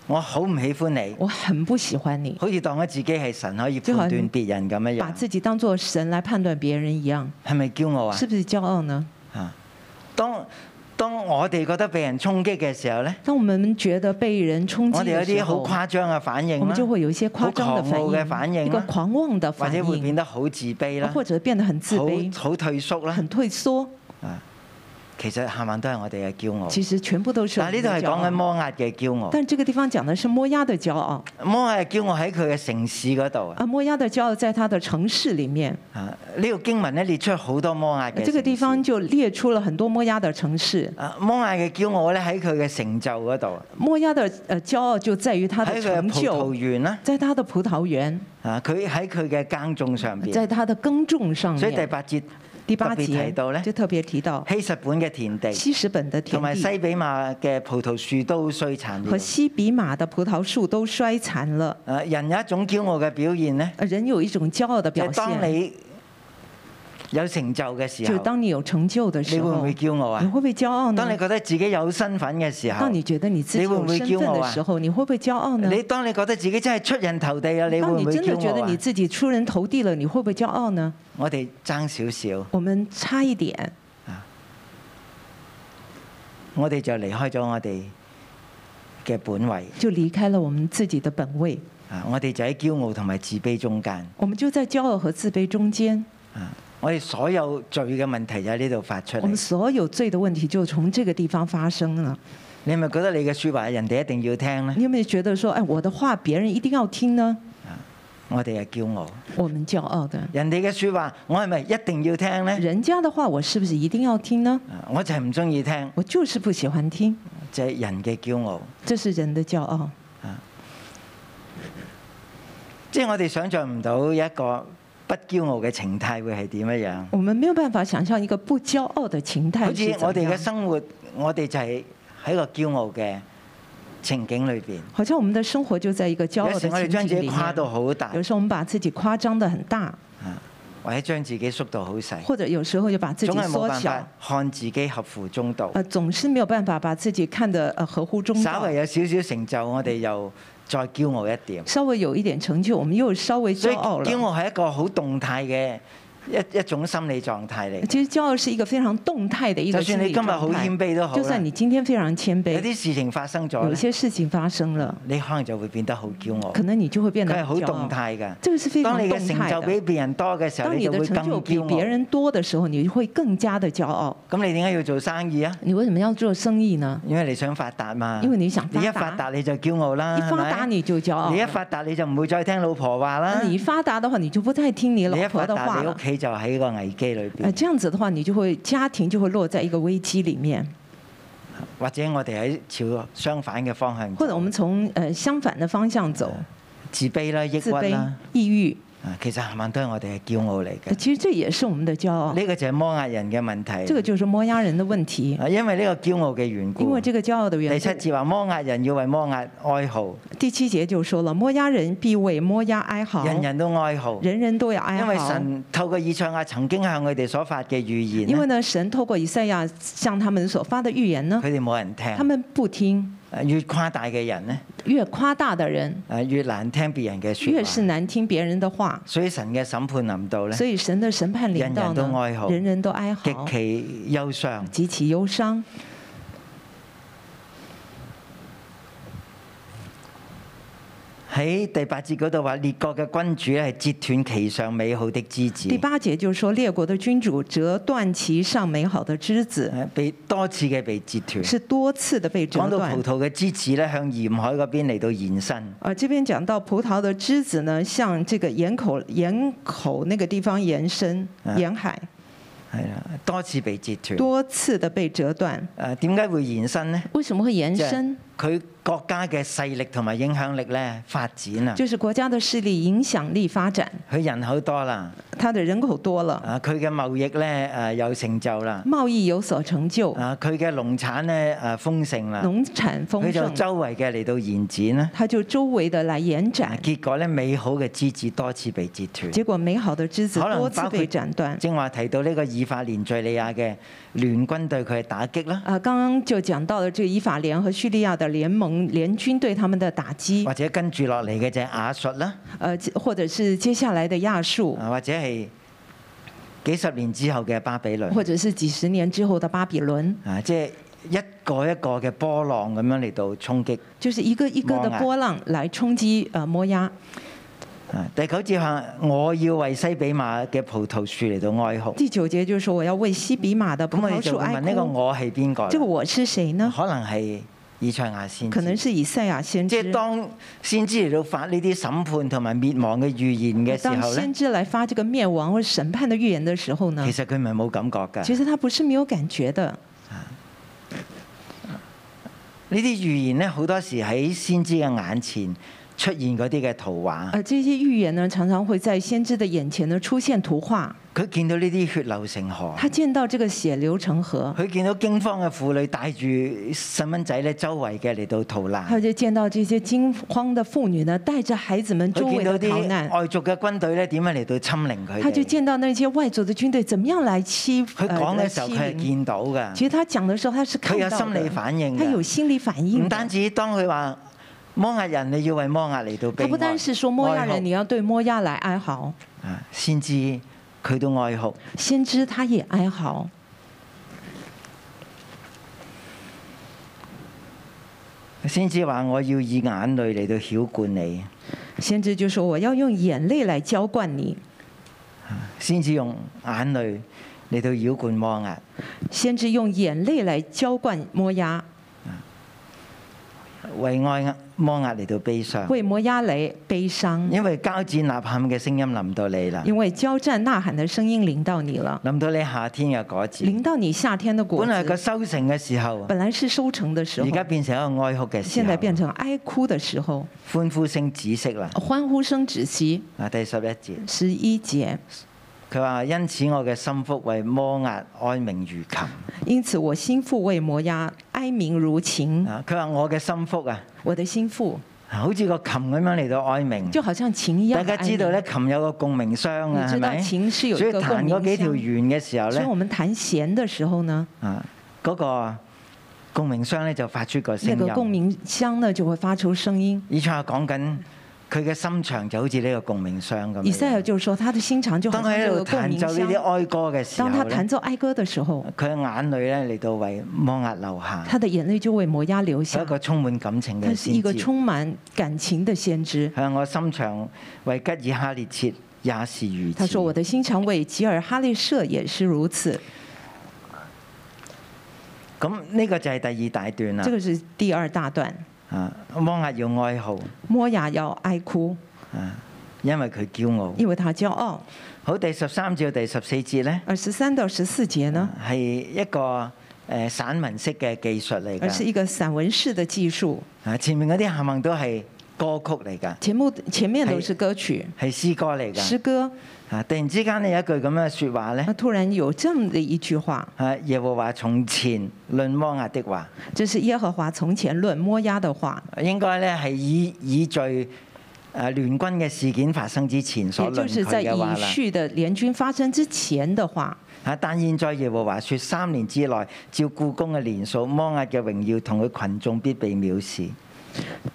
[SPEAKER 2] 我好唔喜歡你，
[SPEAKER 3] 我很不喜欢你，
[SPEAKER 2] 好似當咗自己係神可以判斷別人咁樣
[SPEAKER 3] 把
[SPEAKER 2] 樣，
[SPEAKER 3] 自己当做神来判断别人一样，
[SPEAKER 2] 係咪驕傲啊
[SPEAKER 3] 是？不是骄傲呢？
[SPEAKER 2] 啊，當當我哋覺得被人衝擊嘅時候咧，
[SPEAKER 3] 当我们觉得被人冲击
[SPEAKER 2] 我哋有
[SPEAKER 3] 的时
[SPEAKER 2] 啲好
[SPEAKER 3] 候，
[SPEAKER 2] 誇張嘅反
[SPEAKER 3] 我
[SPEAKER 2] 應
[SPEAKER 3] 们
[SPEAKER 2] 啦，
[SPEAKER 3] 就會有一些夸张的
[SPEAKER 2] 好狂傲嘅
[SPEAKER 3] 反
[SPEAKER 2] 反
[SPEAKER 3] 应，
[SPEAKER 2] 應
[SPEAKER 3] 一个
[SPEAKER 2] 啦
[SPEAKER 3] 狂妄的
[SPEAKER 2] 或
[SPEAKER 3] 反
[SPEAKER 2] 者會變
[SPEAKER 3] 应，
[SPEAKER 2] 得好自卑啦，
[SPEAKER 3] 或者变得很自卑、
[SPEAKER 2] 好好退縮啦
[SPEAKER 3] 很。退缩。
[SPEAKER 2] 啊，其實下晚都係我哋嘅驕傲。
[SPEAKER 3] 其实全部都是我
[SPEAKER 2] 但
[SPEAKER 3] 们
[SPEAKER 2] 係呢度
[SPEAKER 3] 的
[SPEAKER 2] 係
[SPEAKER 3] 骄
[SPEAKER 2] 講緊
[SPEAKER 3] 傲。
[SPEAKER 2] 摩押嘅驕傲。
[SPEAKER 3] 但这个地方讲的是摩押的骄傲，
[SPEAKER 2] 摩押嘅驕傲喺佢嘅城市嗰度啊。
[SPEAKER 3] 啊，摩押的骄傲在他的城市里面，
[SPEAKER 2] 啊，呢個經文咧列出好多摩押嘅城市。
[SPEAKER 3] 这个啊地方就列出了很多摩押的城市。
[SPEAKER 2] 啊，摩押嘅驕傲咧喺佢嘅成就嗰度，
[SPEAKER 3] 摩押的呃骄傲就在于他的
[SPEAKER 2] 喺佢
[SPEAKER 3] 成
[SPEAKER 2] 嘅葡萄
[SPEAKER 3] 就，
[SPEAKER 2] 園啦，
[SPEAKER 3] 在他的葡萄園，
[SPEAKER 2] 啊，佢喺佢嘅耕種上邊。
[SPEAKER 3] 在他的耕種上
[SPEAKER 2] 所以第
[SPEAKER 3] 面。
[SPEAKER 2] 八節
[SPEAKER 3] 第八
[SPEAKER 2] 特別提到
[SPEAKER 3] 節
[SPEAKER 2] 咧
[SPEAKER 3] 就特別提到
[SPEAKER 2] 希實本嘅田地，
[SPEAKER 3] 西什本的
[SPEAKER 2] 同
[SPEAKER 3] 田
[SPEAKER 2] 埋
[SPEAKER 3] 地
[SPEAKER 2] 西比馬嘅葡萄樹都衰殘
[SPEAKER 3] 和
[SPEAKER 2] 了。
[SPEAKER 3] 西比瑪的葡萄樹都衰殘了。
[SPEAKER 2] 啊，人有一種驕傲嘅表現咧，
[SPEAKER 3] 呃人有一種驕傲的
[SPEAKER 2] 就
[SPEAKER 3] 表
[SPEAKER 2] 係當
[SPEAKER 3] 現，
[SPEAKER 2] 你有成就嘅時
[SPEAKER 3] 就是
[SPEAKER 2] 候。
[SPEAKER 3] 當你有成就的
[SPEAKER 2] 你
[SPEAKER 3] 時
[SPEAKER 2] 會唔
[SPEAKER 3] 候，
[SPEAKER 2] 會
[SPEAKER 3] 你
[SPEAKER 2] 驕傲啊？
[SPEAKER 3] 會不會驕傲
[SPEAKER 2] 當你
[SPEAKER 3] 呢？
[SPEAKER 2] 覺得自己有身份嘅時候
[SPEAKER 3] 當，你覺得你自己
[SPEAKER 2] 你會
[SPEAKER 3] 有
[SPEAKER 2] 唔會
[SPEAKER 3] 身份
[SPEAKER 2] 驕傲
[SPEAKER 3] 的
[SPEAKER 2] 啊
[SPEAKER 3] 時候，你會不會驕傲呢？
[SPEAKER 2] 你當你覺得自己真係出人頭地啊，你
[SPEAKER 3] 當
[SPEAKER 2] 會
[SPEAKER 3] 你
[SPEAKER 2] 唔會
[SPEAKER 3] 真的
[SPEAKER 2] 驕
[SPEAKER 3] 覺得
[SPEAKER 2] 傲
[SPEAKER 3] 你
[SPEAKER 2] 啊？
[SPEAKER 3] 自己出人頭地了，你會不會驕傲呢？
[SPEAKER 2] 我哋爭少少，
[SPEAKER 3] 我們差一點，
[SPEAKER 2] 我哋就離開咗我哋嘅本位
[SPEAKER 3] 就離開了我們自己的本位，
[SPEAKER 2] 啊！我哋就喺驕傲同埋自卑中間
[SPEAKER 3] 我們就在驕傲和自卑中間。
[SPEAKER 2] 啊！我哋所有罪嘅問題就喺呢度發出
[SPEAKER 3] 我們
[SPEAKER 2] 嚟。
[SPEAKER 3] 所有罪的問題就從這個地方發生了。
[SPEAKER 2] 你係咪覺得你嘅説話人哋一定要聽呢？
[SPEAKER 3] 你有沒有覺得說，哎，我的話別人一定要聽呢？
[SPEAKER 2] 我哋係驕傲，
[SPEAKER 3] 我們驕傲的，
[SPEAKER 2] 人哋嘅説話我係咪一定要聽呢？
[SPEAKER 3] 人家的話我是不是一定要聽呢？
[SPEAKER 2] 啊我就係唔中意聽，
[SPEAKER 3] 我就是不喜歡聽，
[SPEAKER 2] 就係人嘅驕傲。
[SPEAKER 3] 這是人的驕傲。
[SPEAKER 2] 即係我哋想象唔到一個不驕傲嘅情態會係點樣樣。
[SPEAKER 3] 我們沒有辦法想象一個不驕傲的情
[SPEAKER 2] 好
[SPEAKER 3] 態是
[SPEAKER 2] 似我
[SPEAKER 3] 怎
[SPEAKER 2] 哋嘅
[SPEAKER 3] 樣。
[SPEAKER 2] 生活，我哋就係喺個驕傲嘅情景裏邊。
[SPEAKER 3] 好像我們的生活就在一個驕傲
[SPEAKER 2] 有
[SPEAKER 3] 的
[SPEAKER 2] 時
[SPEAKER 3] 情
[SPEAKER 2] 我哋
[SPEAKER 3] 景
[SPEAKER 2] 將自
[SPEAKER 3] 裡
[SPEAKER 2] 己誇到
[SPEAKER 3] 面。
[SPEAKER 2] 好大
[SPEAKER 3] 有，時候我們把自己誇張得很大，
[SPEAKER 2] 啊或者將自己縮到好細，
[SPEAKER 3] 或者有時候就把自己
[SPEAKER 2] 總係冇
[SPEAKER 3] 縮
[SPEAKER 2] 辦
[SPEAKER 3] 小
[SPEAKER 2] 法，看自己合乎中道。
[SPEAKER 3] 呃，總是沒有辦法把自己看得呃合乎中
[SPEAKER 2] 稍
[SPEAKER 3] 道
[SPEAKER 2] 為。有少少成就，我哋又再驕傲一點。
[SPEAKER 3] 稍微有一點成就，我們又稍微
[SPEAKER 2] 所以
[SPEAKER 3] 驕傲
[SPEAKER 2] 驕
[SPEAKER 3] 了。
[SPEAKER 2] 傲係一個好動態嘅一一種心理狀態嚟。
[SPEAKER 3] 其實驕傲是一個非常動態的一個
[SPEAKER 2] 就
[SPEAKER 3] 心
[SPEAKER 2] 算
[SPEAKER 3] 理
[SPEAKER 2] 你今日好
[SPEAKER 3] 狀
[SPEAKER 2] 謙
[SPEAKER 3] 態。
[SPEAKER 2] 卑都好
[SPEAKER 3] 就算
[SPEAKER 2] 啦
[SPEAKER 3] 你，今天非常謙
[SPEAKER 2] 有
[SPEAKER 3] 卑，
[SPEAKER 2] 啲事情發生咗
[SPEAKER 3] 有一
[SPEAKER 2] 咧，
[SPEAKER 3] 些事情發生了，
[SPEAKER 2] 你可能就會變得好驕傲。
[SPEAKER 3] 可能你就會變得
[SPEAKER 2] 佢係好
[SPEAKER 3] 很驕傲
[SPEAKER 2] 動。態㗎。
[SPEAKER 3] 這個是非常
[SPEAKER 2] 當你
[SPEAKER 3] 動
[SPEAKER 2] 嘅成
[SPEAKER 3] 態
[SPEAKER 2] 就
[SPEAKER 3] 的。
[SPEAKER 2] 比別人多嘅時候，
[SPEAKER 3] 當
[SPEAKER 2] 你
[SPEAKER 3] 你
[SPEAKER 2] 就
[SPEAKER 3] 的
[SPEAKER 2] 會
[SPEAKER 3] 成就
[SPEAKER 2] 更
[SPEAKER 3] 比別
[SPEAKER 2] 驕傲。
[SPEAKER 3] 人多的時候，你會更加的驕傲。
[SPEAKER 2] 咁你點解要做生意啊？
[SPEAKER 3] 你為什麼要做生意呢？
[SPEAKER 2] 因為你想發達嘛。
[SPEAKER 3] 因為你想發達
[SPEAKER 2] 一發達你就驕傲啦，
[SPEAKER 3] 一發達
[SPEAKER 2] 係咪
[SPEAKER 3] 你就驕傲
[SPEAKER 2] 嗯你一
[SPEAKER 3] 了。
[SPEAKER 2] 發達你就唔會再聽老婆話啦
[SPEAKER 3] 那。你一發達的話，你就不再聽你
[SPEAKER 2] 嗯你一
[SPEAKER 3] 老
[SPEAKER 2] 發
[SPEAKER 3] 婆的
[SPEAKER 2] 達，
[SPEAKER 3] 話
[SPEAKER 2] 你屋
[SPEAKER 3] 了。
[SPEAKER 2] 企就喺個危機裏
[SPEAKER 3] 呃，
[SPEAKER 2] 邊，
[SPEAKER 3] 這樣子的話，你就會家庭就會落在一個危機裡面。
[SPEAKER 2] 或者我哋喺朝相反嘅方向走，
[SPEAKER 3] 或者我們從呃相反的方向走，
[SPEAKER 2] 自卑啦、抑
[SPEAKER 3] 自
[SPEAKER 2] 鬱
[SPEAKER 3] 卑
[SPEAKER 2] 啦，、
[SPEAKER 3] 抑鬱，
[SPEAKER 2] 啊其實冚唪唥都係我哋嘅驕傲嚟嘅。
[SPEAKER 3] 其實這也是我們的驕傲。
[SPEAKER 2] 呢個就係摩押人嘅問題。
[SPEAKER 3] 這個就是摩押人的問題，
[SPEAKER 2] 啊因為呢個驕傲嘅緣
[SPEAKER 3] 因
[SPEAKER 2] 故
[SPEAKER 3] 為。這個驕傲的
[SPEAKER 2] 第
[SPEAKER 3] 原
[SPEAKER 2] 七
[SPEAKER 3] 因。
[SPEAKER 2] 節話摩押人要為摩押哀號，
[SPEAKER 3] 第七節就說了，摩押人必為摩押哀嚎，
[SPEAKER 2] 人人都哀號。
[SPEAKER 3] 人人都要哀
[SPEAKER 2] 因為
[SPEAKER 3] 嚎。
[SPEAKER 2] 神透過以賽亞曾經向佢哋所發嘅預言
[SPEAKER 3] 因為
[SPEAKER 2] 咧，
[SPEAKER 3] 呢，神透過以賽亞向他們所發的預言呢，
[SPEAKER 2] 佢哋冇人
[SPEAKER 3] 他
[SPEAKER 2] 聽。
[SPEAKER 3] 們不聽，
[SPEAKER 2] 呃越誇大嘅人咧，
[SPEAKER 3] 越誇大的人
[SPEAKER 2] 誒越難聽別人嘅
[SPEAKER 3] 越
[SPEAKER 2] 説
[SPEAKER 3] 是
[SPEAKER 2] 話。
[SPEAKER 3] 難聽別人的話，
[SPEAKER 2] 所以神嘅審判臨到咧
[SPEAKER 3] 所，以神的審判臨到
[SPEAKER 2] 人人都哀
[SPEAKER 3] 呢
[SPEAKER 2] 嚎，
[SPEAKER 3] 人人都哀
[SPEAKER 2] 極
[SPEAKER 3] 嚎，
[SPEAKER 2] 其憂傷。
[SPEAKER 3] 極其憂傷。
[SPEAKER 2] 喺第八節嗰度話，列國嘅君主咧係截斷其上美好的枝子
[SPEAKER 3] 第，八節就說列國的君主折斷其上美好的枝子，
[SPEAKER 2] 誒呃被多次嘅被截斷。
[SPEAKER 3] 是多次的被折
[SPEAKER 2] 講到
[SPEAKER 3] 斷
[SPEAKER 2] 葡。萄嘅枝子咧，向沿海嗰邊嚟到延伸。
[SPEAKER 3] 啊，这边讲到葡萄的枝子呢，向这个沿口沿口那个地方延伸，
[SPEAKER 2] 啊
[SPEAKER 3] 沿海
[SPEAKER 2] 係啦，多次被截斷。
[SPEAKER 3] 多次的被折断。
[SPEAKER 2] 誒點解會延伸呢？
[SPEAKER 3] 为什么会延
[SPEAKER 2] 即係
[SPEAKER 3] 伸？
[SPEAKER 2] 佢國家嘅勢力同埋影響力咧發展啊，
[SPEAKER 3] 就是国家的势力影响力发展，
[SPEAKER 2] 佢人口多啦，
[SPEAKER 3] 他的人口多了，
[SPEAKER 2] 啊，佢嘅貿易咧誒有成就啦，
[SPEAKER 3] 贸易有所成就，
[SPEAKER 2] 啊，佢嘅農產咧誒豐盛啦，
[SPEAKER 3] 农产丰
[SPEAKER 2] 佢就
[SPEAKER 3] 盛，
[SPEAKER 2] 周圍嘅嚟到延展啦，
[SPEAKER 3] 他就周围的来延
[SPEAKER 2] 啊
[SPEAKER 3] 展，
[SPEAKER 2] 結果咧美好嘅枝子多次被截斷。
[SPEAKER 3] 结果美好的枝子
[SPEAKER 2] 可能
[SPEAKER 3] 多次
[SPEAKER 2] 包括
[SPEAKER 3] 被斩断。
[SPEAKER 2] 正話提到呢個以法連敍利亞嘅聯軍對佢嘅打擊啦，
[SPEAKER 3] 啊，刚刚就讲到了这个以法联和叙利亚的联盟联军对他们的打击
[SPEAKER 2] 或，者跟住落嚟嘅就係亞述啦，
[SPEAKER 3] 呃，或者是接下来的亚述，
[SPEAKER 2] 啊或者係幾十年之後嘅巴比倫，
[SPEAKER 3] 或者是几十年之后的巴比伦，
[SPEAKER 2] 啊即係一個一個嘅波浪咁樣嚟到衝擊。
[SPEAKER 3] 就是一个一个的
[SPEAKER 2] 摩押
[SPEAKER 3] 波浪来冲击呃摩押。
[SPEAKER 2] 啊第九節話：我要為西比馬嘅葡萄樹嚟到哀哭。
[SPEAKER 3] 第九节就是说我要为西比马的葡
[SPEAKER 2] 咁我哋
[SPEAKER 3] 萄
[SPEAKER 2] 就
[SPEAKER 3] 树
[SPEAKER 2] 會問
[SPEAKER 3] 哀
[SPEAKER 2] 呢個
[SPEAKER 3] 哭。
[SPEAKER 2] 我係邊個啦？
[SPEAKER 3] 这个我是谁呢？
[SPEAKER 2] 可能係以賽亞先知
[SPEAKER 3] 可能是以赛亚先
[SPEAKER 2] 即
[SPEAKER 3] 知
[SPEAKER 2] 係。當先知嚟到發呢啲審判同埋滅亡嘅預言嘅時
[SPEAKER 3] 当
[SPEAKER 2] 候
[SPEAKER 3] 先
[SPEAKER 2] 咧，
[SPEAKER 3] 知来发这个灭亡或者审判的预言的时候呢
[SPEAKER 2] 其，啊實佢唔係冇感覺㗎。
[SPEAKER 3] 其实他不是没有感觉的。
[SPEAKER 2] 呢啲預言咧，好多時喺先知嘅眼前出現嗰啲嘅圖畫，
[SPEAKER 3] 呃，这些预言呢，常常会在先知的眼前呢出现图画。
[SPEAKER 2] 佢見到呢啲血流成河，
[SPEAKER 3] 他见到这个血流成河，
[SPEAKER 2] 佢見到驚慌嘅婦女帶住細蚊仔咧，周圍嘅嚟到逃
[SPEAKER 3] 他
[SPEAKER 2] 難，
[SPEAKER 3] 就见到这些惊慌的妇女呢，带着孩子们周
[SPEAKER 2] 佢
[SPEAKER 3] 围
[SPEAKER 2] 見到哦
[SPEAKER 3] 的逃难
[SPEAKER 2] 啲。外族嘅軍隊咧點樣嚟到侵凌佢
[SPEAKER 3] 他就
[SPEAKER 2] 哋。
[SPEAKER 3] 见到那些外族的军队怎么样来欺
[SPEAKER 2] 佢
[SPEAKER 3] 呃
[SPEAKER 2] 講
[SPEAKER 3] 来
[SPEAKER 2] 嘅時候，
[SPEAKER 3] 欺
[SPEAKER 2] 佢係
[SPEAKER 3] 凌。
[SPEAKER 2] 見到㗎。
[SPEAKER 3] 其实他讲的时候，他是看
[SPEAKER 2] 佢有
[SPEAKER 3] 到的，
[SPEAKER 2] 心理反應
[SPEAKER 3] 他有
[SPEAKER 2] 㗎。
[SPEAKER 3] 心理反应
[SPEAKER 2] 唔
[SPEAKER 3] 的。
[SPEAKER 2] 單止當佢話摩押人，你要為摩押嚟到悲
[SPEAKER 3] 他
[SPEAKER 2] 哀，
[SPEAKER 3] 不单是说摩亚
[SPEAKER 2] 哀
[SPEAKER 3] 人，
[SPEAKER 2] 哭
[SPEAKER 3] 你要对摩亚来哀嚎，
[SPEAKER 2] 啊，先知佢都哀哭。
[SPEAKER 3] 先知他也哀嚎。
[SPEAKER 2] 先知話：我要以眼淚嚟到曉灌你。
[SPEAKER 3] 先知就说：“我要用眼泪来浇灌你。
[SPEAKER 2] 先至用眼淚嚟到擾灌摩押。”
[SPEAKER 3] 先知用眼泪来浇灌摩押，
[SPEAKER 2] 為愛摩押嚟到悲傷，
[SPEAKER 3] 为摩押来悲伤，
[SPEAKER 2] 因為交戰呐喊嘅聲音臨到你啦，
[SPEAKER 3] 因为交战呐喊的声音临到你了，
[SPEAKER 2] 臨到你夏天嘅果子。
[SPEAKER 3] 临到你夏天的果
[SPEAKER 2] 本來個
[SPEAKER 3] 子。
[SPEAKER 2] 收成嘅時候，
[SPEAKER 3] 本来是收成的时候
[SPEAKER 2] 而，家變成一個哀哭嘅時
[SPEAKER 3] 现在变
[SPEAKER 2] 候，
[SPEAKER 3] 成哀哭的时候，
[SPEAKER 2] 歡呼聲紫色啦。
[SPEAKER 3] 欢呼声止息。
[SPEAKER 2] 啊，第十一節，
[SPEAKER 3] 十一节，
[SPEAKER 2] 佢話：因此我嘅心腹為摩押哀鳴如琴。
[SPEAKER 3] 因此我心腹为摩押哀鸣如琴，
[SPEAKER 2] 啊，佢話我嘅心腹啊，
[SPEAKER 3] 我的心腹
[SPEAKER 2] 好似個琴咁樣嚟到哀鳴。
[SPEAKER 3] 就好像琴一
[SPEAKER 2] 大
[SPEAKER 3] 样的
[SPEAKER 2] 家
[SPEAKER 3] 哀鸣。
[SPEAKER 2] 知道咧，琴有個共鳴箱啊，
[SPEAKER 3] 你
[SPEAKER 2] 係
[SPEAKER 3] 知道
[SPEAKER 2] 咪？
[SPEAKER 3] 琴是有一
[SPEAKER 2] 所以
[SPEAKER 3] 個
[SPEAKER 2] 彈
[SPEAKER 3] 共鳴
[SPEAKER 2] 嗰幾條
[SPEAKER 3] 箱
[SPEAKER 2] 弦嘅時候
[SPEAKER 3] 所
[SPEAKER 2] 咧
[SPEAKER 3] 以，我们弹弦的时候呢，
[SPEAKER 2] 啊，嗰、個共鳴箱咧就發出個
[SPEAKER 3] 那
[SPEAKER 2] 聲
[SPEAKER 3] 个共
[SPEAKER 2] 音。
[SPEAKER 3] 鸣箱呢就会发出声音。
[SPEAKER 2] 以賽亞講緊佢嘅心腸就好似呢個共鳴箱咁樣。
[SPEAKER 3] 以赛亚就是说，他的心肠就好
[SPEAKER 2] 當
[SPEAKER 3] 像
[SPEAKER 2] 佢
[SPEAKER 3] 这
[SPEAKER 2] 喺
[SPEAKER 3] 个
[SPEAKER 2] 度
[SPEAKER 3] 共
[SPEAKER 2] 彈
[SPEAKER 3] 鸣
[SPEAKER 2] 奏呢啲
[SPEAKER 3] 箱。
[SPEAKER 2] 哀歌嘅時候
[SPEAKER 3] 当他弹
[SPEAKER 2] 咧，
[SPEAKER 3] 奏哀歌的时候，
[SPEAKER 2] 佢嘅眼淚咧嚟到為摩押流下，
[SPEAKER 3] 他的眼泪就为摩押流
[SPEAKER 2] 係
[SPEAKER 3] 下
[SPEAKER 2] 一。個充滿感情
[SPEAKER 3] 他
[SPEAKER 2] 嘅
[SPEAKER 3] 是一
[SPEAKER 2] 先
[SPEAKER 3] 个
[SPEAKER 2] 知。
[SPEAKER 3] 充满感情的先知。
[SPEAKER 2] 向我心腸為吉爾哈列切也是如
[SPEAKER 3] 他说：“我
[SPEAKER 2] 此。
[SPEAKER 3] 的心肠为吉尔哈利舍也是如此。
[SPEAKER 2] 咁呢個就係第二大段”啦
[SPEAKER 3] 这。个是第二大段。
[SPEAKER 2] 啊，摩押要哀號，
[SPEAKER 3] 摩雅要哀哭，
[SPEAKER 2] 因為佢驕傲。
[SPEAKER 3] 因为他骄傲。
[SPEAKER 2] 好，第十三至到第十四節咧。
[SPEAKER 3] 而十三到十四节呢，
[SPEAKER 2] 係一個誒散文式嘅技術嚟
[SPEAKER 3] 啊而是
[SPEAKER 2] 㗎。
[SPEAKER 3] 一个散文式的技术。
[SPEAKER 2] 啊，前面嗰啲冚唪唥都係歌曲嚟㗎，
[SPEAKER 3] 前目前面都是歌曲、
[SPEAKER 2] 係詩歌嚟
[SPEAKER 3] 诗
[SPEAKER 2] 㗎。
[SPEAKER 3] 歌，
[SPEAKER 2] 啊，突然之間你有一句咁嘅説話
[SPEAKER 3] 那
[SPEAKER 2] 咧，
[SPEAKER 3] 突然有这么的一句话，
[SPEAKER 2] 啊，耶和華從前論摩押的話，
[SPEAKER 3] 这是耶和華從前論摩押的話，
[SPEAKER 2] 應該咧係以以罪誒聯軍嘅事件發生之前所
[SPEAKER 3] 也就
[SPEAKER 2] 論
[SPEAKER 3] 是在
[SPEAKER 2] 佢嘅話
[SPEAKER 3] 以
[SPEAKER 2] 啦。
[SPEAKER 3] 叙的聯軍發生之前的話。
[SPEAKER 2] 啊！但現在耶和華說：三年之內，照故宮嘅年數，摩押嘅榮耀同佢群眾必被藐視。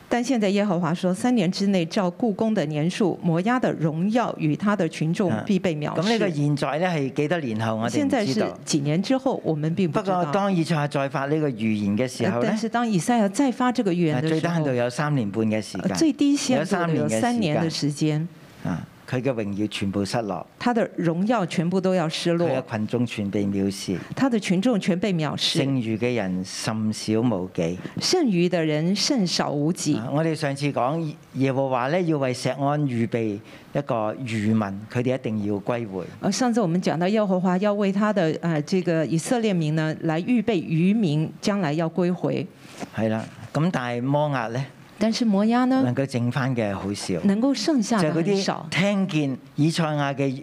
[SPEAKER 3] 但現在耶和華說，三年之內照故宮的年數，摩押的榮耀與他的群眾必被藐
[SPEAKER 2] 啊咁呢個
[SPEAKER 3] 視。
[SPEAKER 2] 現在咧係幾多年後？我哋
[SPEAKER 3] 現
[SPEAKER 2] 唔
[SPEAKER 3] 在
[SPEAKER 2] 知
[SPEAKER 3] 是
[SPEAKER 2] 道。
[SPEAKER 3] 幾年之後，我們並不
[SPEAKER 2] 不
[SPEAKER 3] 知道
[SPEAKER 2] 過。當以賽亞再發呢個預言嘅時
[SPEAKER 3] 呃
[SPEAKER 2] 候咧
[SPEAKER 3] 但，是當以賽亞再發這個預言
[SPEAKER 2] 啊
[SPEAKER 3] 的
[SPEAKER 2] 最
[SPEAKER 3] 時
[SPEAKER 2] 低限
[SPEAKER 3] 候
[SPEAKER 2] 度，有三年半嘅時
[SPEAKER 3] 呃最
[SPEAKER 2] 間，
[SPEAKER 3] 低限
[SPEAKER 2] 有
[SPEAKER 3] 度的
[SPEAKER 2] 三年
[SPEAKER 3] 有
[SPEAKER 2] 嘅時
[SPEAKER 3] 三年的
[SPEAKER 2] 間
[SPEAKER 3] 時間，
[SPEAKER 2] 啊，佢嘅榮耀全部失落，
[SPEAKER 3] 他的榮耀全部都要失
[SPEAKER 2] 佢嘅
[SPEAKER 3] 落，
[SPEAKER 2] 群眾全被藐視，
[SPEAKER 3] 他的群眾全被藐視，
[SPEAKER 2] 剩餘嘅人甚少無幾。
[SPEAKER 3] 剩餘的人甚少無幾。
[SPEAKER 2] 啊我哋上次講耶和華咧要為錫安預備一個餘民，佢哋一定要歸回。
[SPEAKER 3] 呃，上次我們講到耶和華要為他的呃這個以色列民呢，來預備餘民，將來要歸回。
[SPEAKER 2] 係啦，咁但係摩押咧
[SPEAKER 3] 但是摩押呢
[SPEAKER 2] 能，夠剩翻嘅好少，
[SPEAKER 3] 能夠剩下的
[SPEAKER 2] 就嗯係嗰
[SPEAKER 3] 很少
[SPEAKER 2] 啲，聽見以賽亞嘅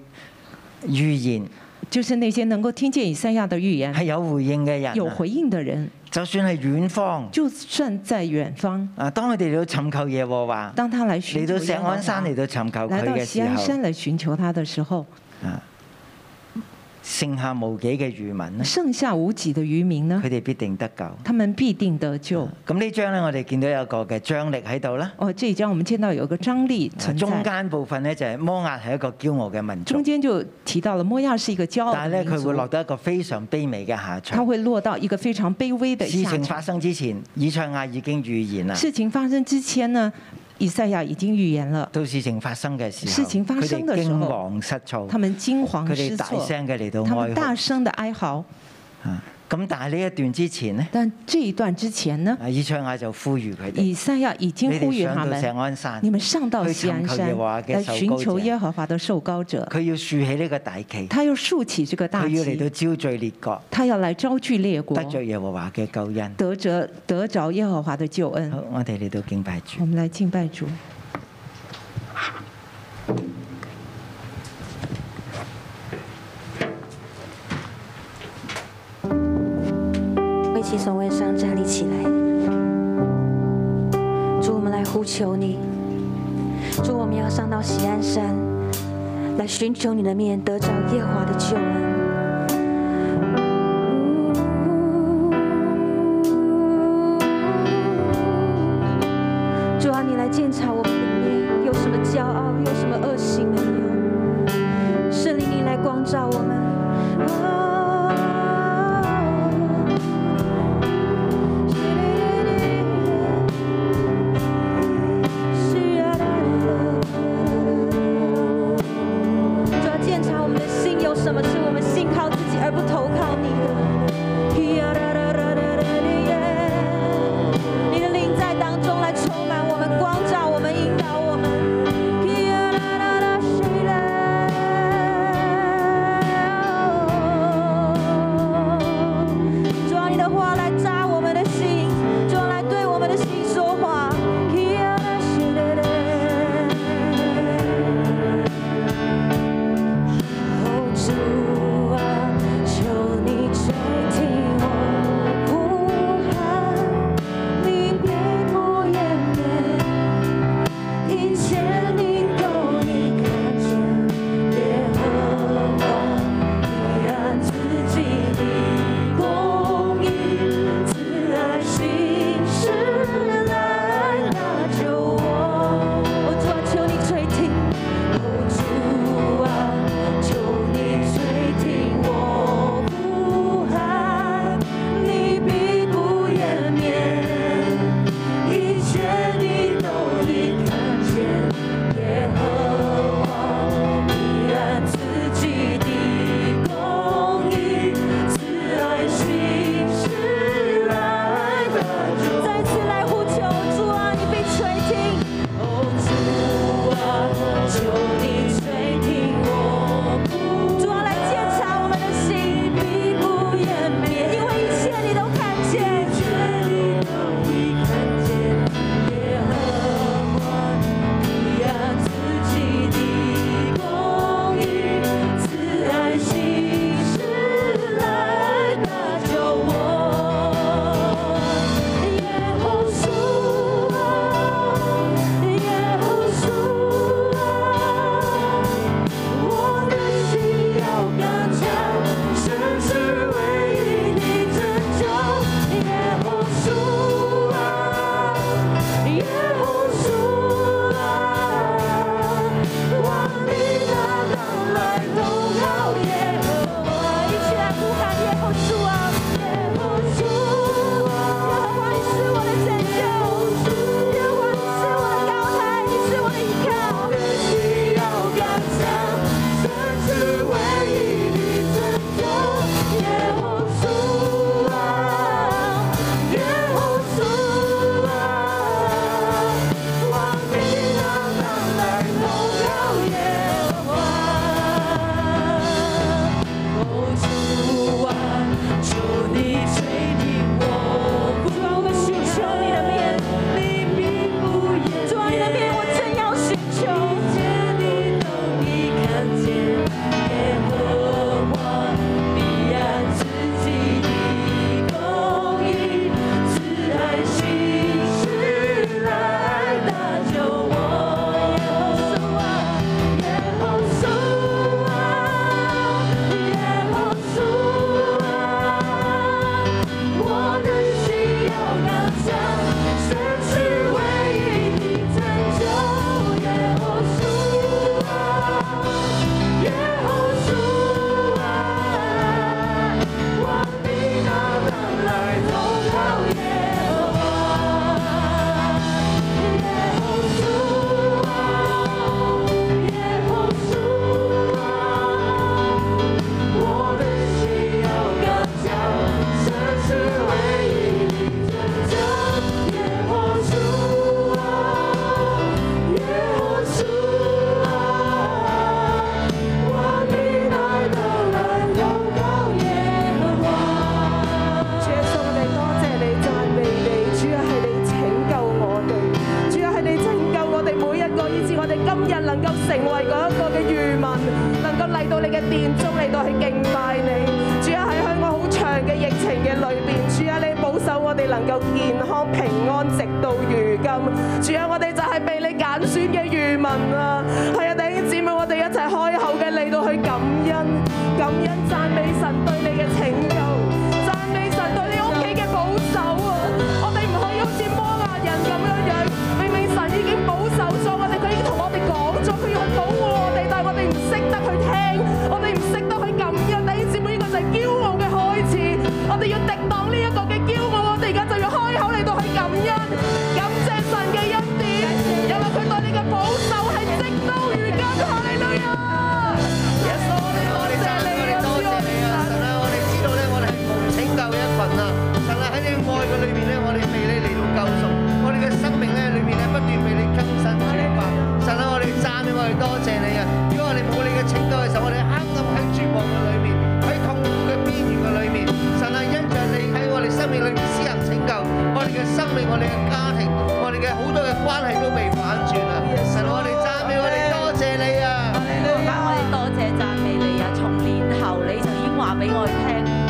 [SPEAKER 2] 預言
[SPEAKER 3] 就是那些能够听见以赛亚的预言、
[SPEAKER 2] 係嗯有回應嘅人啊，
[SPEAKER 3] 有回应的人，
[SPEAKER 2] 就算係遠方
[SPEAKER 3] 就算在遠方，
[SPEAKER 2] 啊，當佢哋嚟到尋求耶和華，
[SPEAKER 3] 当他来寻
[SPEAKER 2] 嚟
[SPEAKER 3] 求
[SPEAKER 2] 到
[SPEAKER 3] 耶
[SPEAKER 2] 石
[SPEAKER 3] 和華
[SPEAKER 2] 安啊山嚟到尋求佢
[SPEAKER 3] 来到
[SPEAKER 2] 嘅
[SPEAKER 3] 锡
[SPEAKER 2] 時
[SPEAKER 3] 安
[SPEAKER 2] 候啊
[SPEAKER 3] 山，来寻求他的时候，
[SPEAKER 2] 剩下無幾嘅餘民咧，
[SPEAKER 3] 剩下无几的渔民呢
[SPEAKER 2] 佢，哋必定得救。
[SPEAKER 3] 他們必定得救。
[SPEAKER 2] 咁呢張咧，我哋見到有個嘅張力喺度啦。
[SPEAKER 3] 哦，這一章我們見到有個張力存
[SPEAKER 2] 啊中
[SPEAKER 3] 在，
[SPEAKER 2] 間部分咧就係摩押係一個驕傲嘅民族
[SPEAKER 3] 中，間就提到了摩亞是一個驕傲
[SPEAKER 2] 但係
[SPEAKER 3] 的
[SPEAKER 2] 咧
[SPEAKER 3] 民
[SPEAKER 2] 佢會落
[SPEAKER 3] 族，
[SPEAKER 2] 得一個非常卑微嘅下
[SPEAKER 3] 他
[SPEAKER 2] 場。
[SPEAKER 3] 會落到一個非常卑微的
[SPEAKER 2] 事
[SPEAKER 3] 下
[SPEAKER 2] 情
[SPEAKER 3] 場
[SPEAKER 2] 發。生之前，以賽亞已經預言啦。
[SPEAKER 3] 事情發生之前呢，以賽亞已經預言了，
[SPEAKER 2] 到事情發生嘅時候，
[SPEAKER 3] 事情發生嘅時候
[SPEAKER 2] 佢哋驚惶失措，
[SPEAKER 3] 他們驚
[SPEAKER 2] 哦佢
[SPEAKER 3] 惶
[SPEAKER 2] 哋
[SPEAKER 3] 失
[SPEAKER 2] 大
[SPEAKER 3] 措，
[SPEAKER 2] 聲嘅嚟
[SPEAKER 3] 他
[SPEAKER 2] 到
[SPEAKER 3] 們
[SPEAKER 2] 哀
[SPEAKER 3] 大
[SPEAKER 2] 嚎。
[SPEAKER 3] 聲的哀嚎。
[SPEAKER 2] 啊咁但係呢一段之前呢，
[SPEAKER 3] 但這一段之前呢，
[SPEAKER 2] 啊以賽亞就呼籲佢哋，
[SPEAKER 3] 以賽亞已經
[SPEAKER 2] 你
[SPEAKER 3] 呼
[SPEAKER 2] 哋
[SPEAKER 3] 籲
[SPEAKER 2] 上
[SPEAKER 3] 他
[SPEAKER 2] 到石
[SPEAKER 3] 們：
[SPEAKER 2] 安山
[SPEAKER 3] 你，們上到錫安
[SPEAKER 2] 去尋求耶
[SPEAKER 3] 山
[SPEAKER 2] 和華嘅
[SPEAKER 3] 來
[SPEAKER 2] 受膏
[SPEAKER 3] 尋求耶和
[SPEAKER 2] 者
[SPEAKER 3] 華的受膏者。
[SPEAKER 2] 佢要豎起呢個大旗，
[SPEAKER 3] 他又豎起這個大
[SPEAKER 2] 佢要嚟到
[SPEAKER 3] 旗，
[SPEAKER 2] 招聚列國，
[SPEAKER 3] 他要來招聚列國
[SPEAKER 2] 得，着耶和華嘅救恩。
[SPEAKER 3] 得着得着耶和華的救恩。
[SPEAKER 2] 好，我哋嚟到敬拜主
[SPEAKER 3] 我。们来敬拜主。
[SPEAKER 4] 为其从位上站立起来。主，我们来呼求你。主，我们要上到喜安山，来寻求你的面，得着耶和华的救恩。主啊，你来鉴察我们里面有什么骄傲，有什么恶行没有？圣灵，你来光照我们。哦啊主要鉴察我们的心有什么是我们心啊
[SPEAKER 5] 啊哦啊啊啊啊
[SPEAKER 6] 啊變中嚟到去敬拜你。主啊，喺香港好長嘅疫情嘅裏邊，主啊，你保守我哋能夠健康平安直到如今。主啊，我哋就係被你揀選嘅漁民啊！係啊，弟兄姊妹，我哋一齊開口嘅嚟到去感恩，感恩讚美神對你嘅拯救，讚美神對你屋企嘅保守啊！我哋唔可以好似摩亞人咁樣樣，明明神已經保守咗我哋，佢已經同我哋講咗，佢要保護我哋，但係我哋唔識得去聽，我哋唔識得去感恩。弟兄姊妹，呢個就係驕傲嘅開始，我哋要抵擋呢一個嘅驕傲，我哋而家就要開口嚟到去感恩，感謝神嘅恩典，因為佢對你嘅保守係直到如今。哈利路亞！耶穌，我哋多謝你啊，主我哋讚美
[SPEAKER 7] 神啊，我哋知道咧，我哋係蒙拯救嘅一份啊！神啊，喺你嘅愛嘅裏面咧，我哋被你嚟到救贖，我哋嘅生命咧裏面咧不斷被你更新轉化。神啊，我哋讚美，我哋多謝你啊！如果我哋冇你嘅拯救嘅時候，我哋啱啱喺絕望嘅裏面，喺痛苦嘅邊緣嘅裏面，神啊，因着你喺我哋生命裏面施行拯救，我哋嘅生命、我哋嘅家庭、我哋嘅好多嘅關係都被反轉啊！神啊，我哋讚美，我哋多謝你啊！
[SPEAKER 8] 爸，我哋多謝讚美你啊！從年後你就已經話俾我哋聽，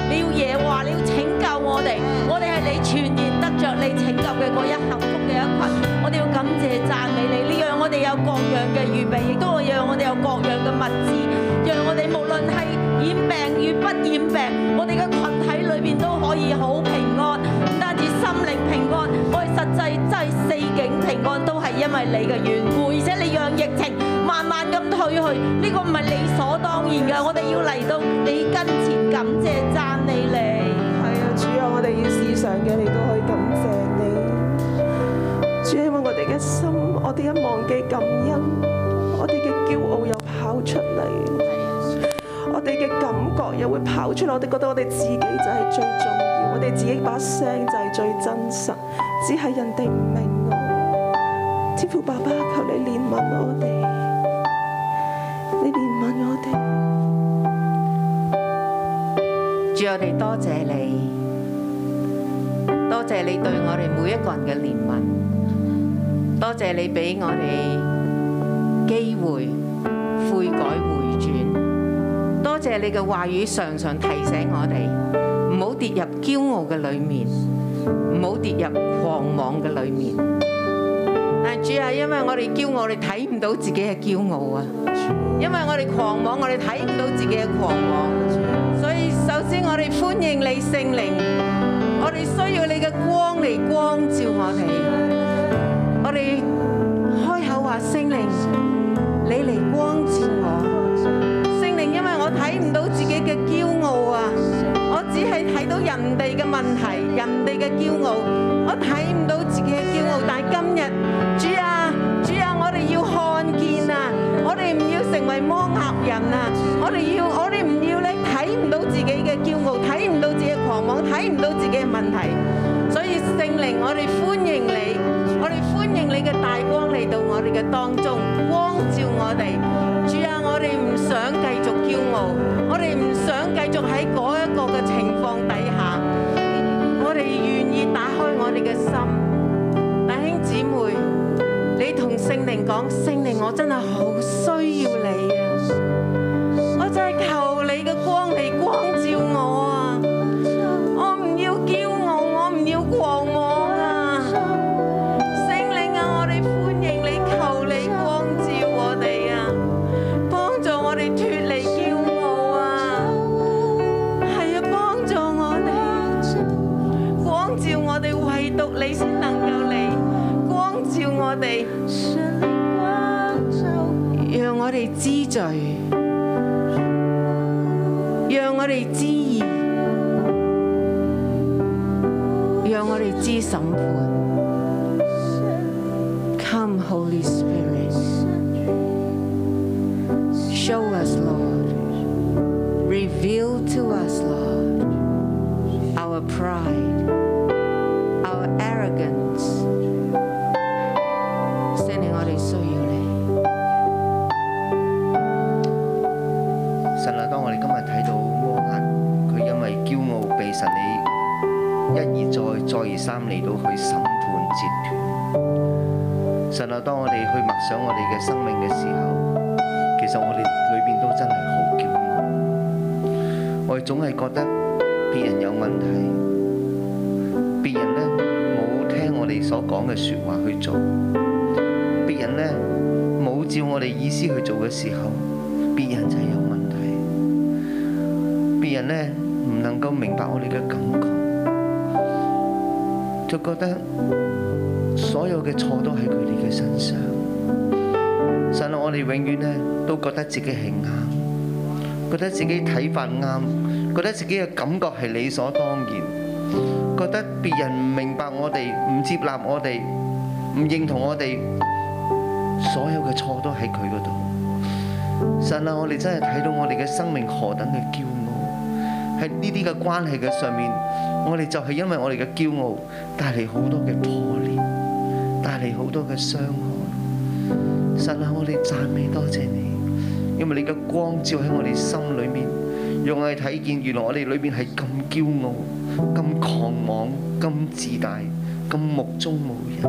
[SPEAKER 8] 你要嘢話，你要拯救我哋，我哋係你全然得着你拯救嘅嗰一幸福嘅一群，我哋要感謝讚美你，你讓我哋有各樣嘅預備，亦都讓我哋有各樣嘅物資，讓我哋無論係染病與不染病，我哋嘅群體裏邊都可以好平安，唔單止心靈平安，我哋實際真係四境平安都係因為你嘅緣故，而且你讓疫情慢慢咁退去，呢、個唔係理所當然嘅，我哋要嚟到你跟前感謝讚美你。
[SPEAKER 6] 係啊，主啊，我哋要時常嘅嚟到去感謝你。主，因為我哋嘅心，我哋一忘記感恩，我哋嘅驕傲又跑出嚟，我哋嘅感覺又會跑出嚟。我哋覺得我哋自己就係最重要，我哋自己把聲就係最真實，只係人哋唔明我。天父爸爸，求你憐憫我哋，你憐憫我哋。
[SPEAKER 9] 主，我哋多謝你，多謝你對我哋每一個人嘅憐憫，多謝你俾我哋機會悔改回轉，多謝你嘅話語常常提醒我哋，唔好跌入驕傲嘅裏面，唔好跌入狂妄嘅裏面。但主啊，因為我哋驕傲，我哋睇唔到自己嘅驕傲啊！因為我哋狂妄，我哋睇唔到自己嘅狂妄。所以首先我哋歡迎你聖靈，我哋需要你嘅光嚟光照我哋，我哋開口話聖靈，你嚟光照我。聖靈，因為我睇唔到自己嘅驕傲啊，我只係睇到人哋嘅問題，人哋嘅驕傲，我睇唔到自己嘅驕傲。但係今日，主啊，主啊，我哋要看見啊，我哋唔要成為摩押人啊，我哋要，我哋唔要咧睇唔到自己嘅驕傲，睇唔到自己嘅狂妄，睇唔到自己嘅問題。所以聖靈，我哋歡迎你，我哋歡迎你嘅大光嚟到我哋嘅當中，光照我哋。主啊，我哋唔想繼續驕傲，我哋唔想繼續喺嗰一個嘅情況底下，我哋願意打開我哋嘅心，弟兄姊妹，你同聖靈講，聖靈，我真係好需要你啊！我就係求你嘅光嚟光照我啊！我唔要驕傲，我唔要狂妄啊！聖靈啊，我哋歡迎你，求你光照我哋啊，幫助我哋脱離驕傲啊！係啊，幫助我哋，光照我哋，唯獨你先能夠嚟光照我哋，讓我哋知罪。讓我哋知義，讓我哋知審判。Come, Holy Spirit, show us, Lord. Reveal to us, Lord, our pride, our arrogance. 聖靈，我哋需要你。
[SPEAKER 7] 神啊，當我哋今日睇到摩押，佢因為驕傲被神你一而再、再而三嚟到去審判截斷。神啊，當我哋去默想我哋嘅生命嘅時候，其實我哋裏邊都真係好驕傲，我哋總係覺得別人有問題，別人呢冇聽我哋所講嘅説話去做，別人呢冇照我哋意思去做嘅時候，別人就係有問題，別人呢唔能夠明白我哋嘅感覺，就覺得所有嘅錯都喺佢哋嘅身上。神啊，我哋永遠呢都覺得自己係啱。覺得自己睇法啱，覺得自己嘅感覺係理所當然，覺得別人唔明白我哋，唔接納我哋，唔認同我哋，所有嘅錯都喺佢嗰度。神啊，我哋真係睇到我哋嘅生命何等嘅驕傲，喺呢啲嘅關係嘅上面，我哋就係因為我哋嘅驕傲帶嚟好多嘅破裂，帶嚟好多嘅傷害。神啊，我哋讚美多謝你。因為你嘅光照喺我哋心裏面，讓我哋睇見原來我哋裏面係咁驕傲、咁狂妄、咁自大、咁目中無人。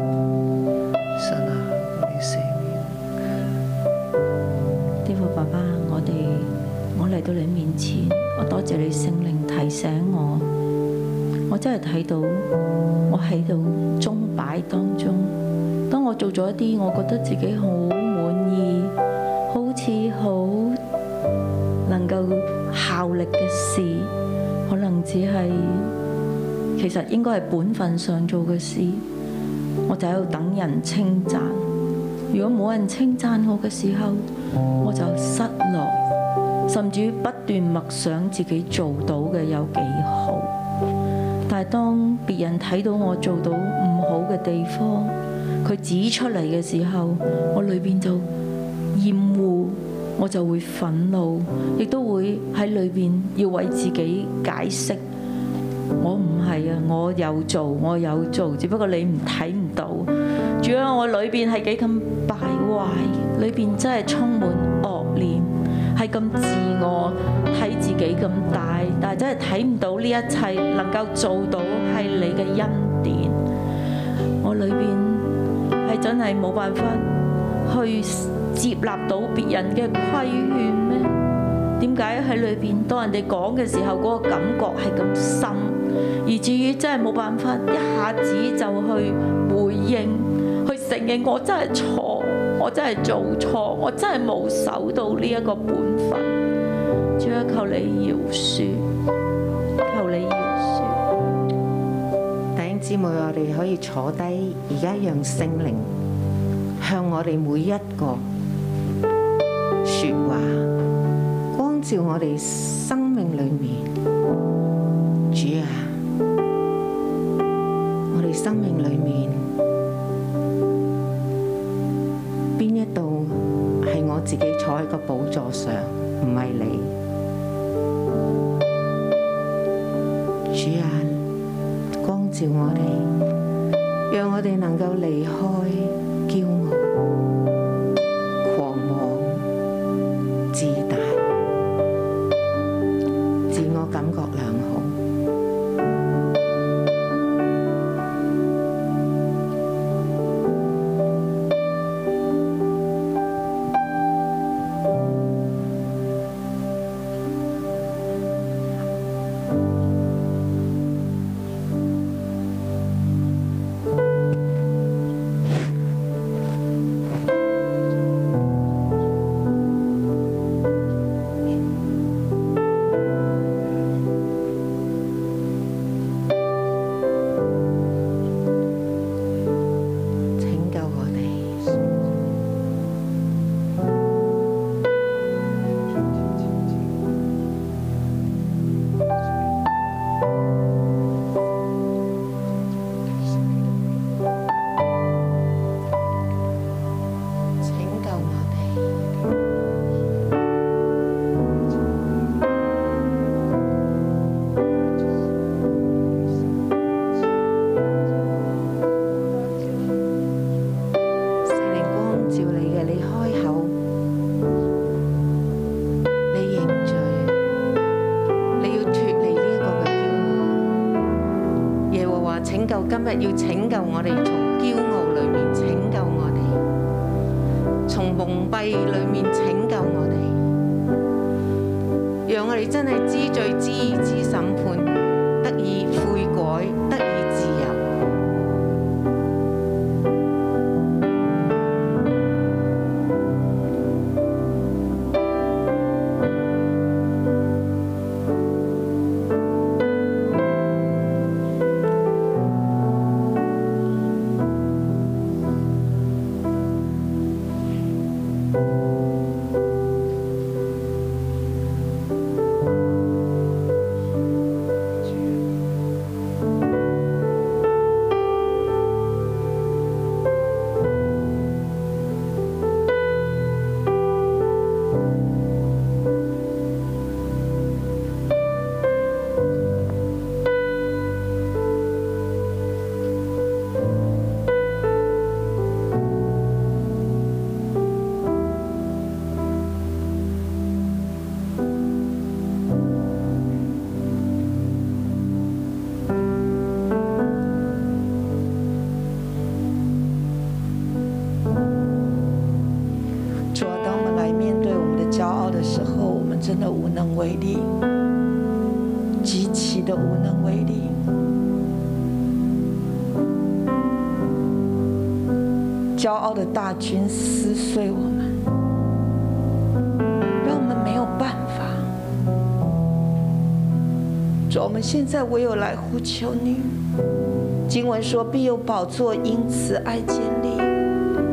[SPEAKER 7] 神啊，你赦免，
[SPEAKER 10] 天父爸爸，我哋我嚟到你面前，我多謝你聖靈提醒我，我真係睇到我喺度鐘擺當中，當我做咗一啲我覺得自己好滿意，好似好能夠效力嘅事，可能只係其實應該係本分上做嘅事，我就喺度等人稱讚。如果冇人稱讚我嘅時候，我就失落，甚至不斷默想自己做到嘅有幾好。但係當別人睇到我做到唔好嘅地方，佢指出嚟嘅時候，我裏邊就厭惡，我就會憤怒，亦都會喺裏邊要為自己解釋。我唔係啊，我有做，我有做，只不過你唔睇唔到。主啊，我裏邊係幾咁敗壞，裏邊真係充滿惡念，係咁自我，睇自己咁大，但係真係睇唔到呢一切能夠做到係你嘅恩典。我裏邊係真係冇辦法去接納到別人嘅規勸咩？點解喺裏邊當人哋講嘅時候嗰個感覺係咁深，而至於真係冇辦法一下子就去回應，去承認我真係錯，我真係做錯，我真係冇守到呢一個本分。主啊，求你饒恕，求你饒恕。
[SPEAKER 9] 弟兄姊妹，我哋可以坐低，而家讓聖靈向我哋每一個説話，光照我哋生命裏面。主啊，我哋生命裏面邊一度係我自己坐喺個寶座上，唔係你。主啊！光照我哋，讓我哋能夠離開驕傲、狂妄、自大、自我感覺良好。拯救我哋。拯救我哋。聖靈光照你嘅，你開口，你認罪，你要脱離呢一個嘅驕傲。耶和華拯救今日要拯救我哋，從驕傲裏面拯救我哋，從蒙蔽裏面拯救我哋。讓我哋真係知罪、知義、知審判，得以悔改，得以自由。
[SPEAKER 8] 主啊，当我们来面对我们的骄傲的时候，我们真的无能为力，极其的无能为力。骄傲的大军撕碎我们，让我们没有办法。主啊，我们现在唯有来呼求你。经文说：“必有宝座因慈爱建立。”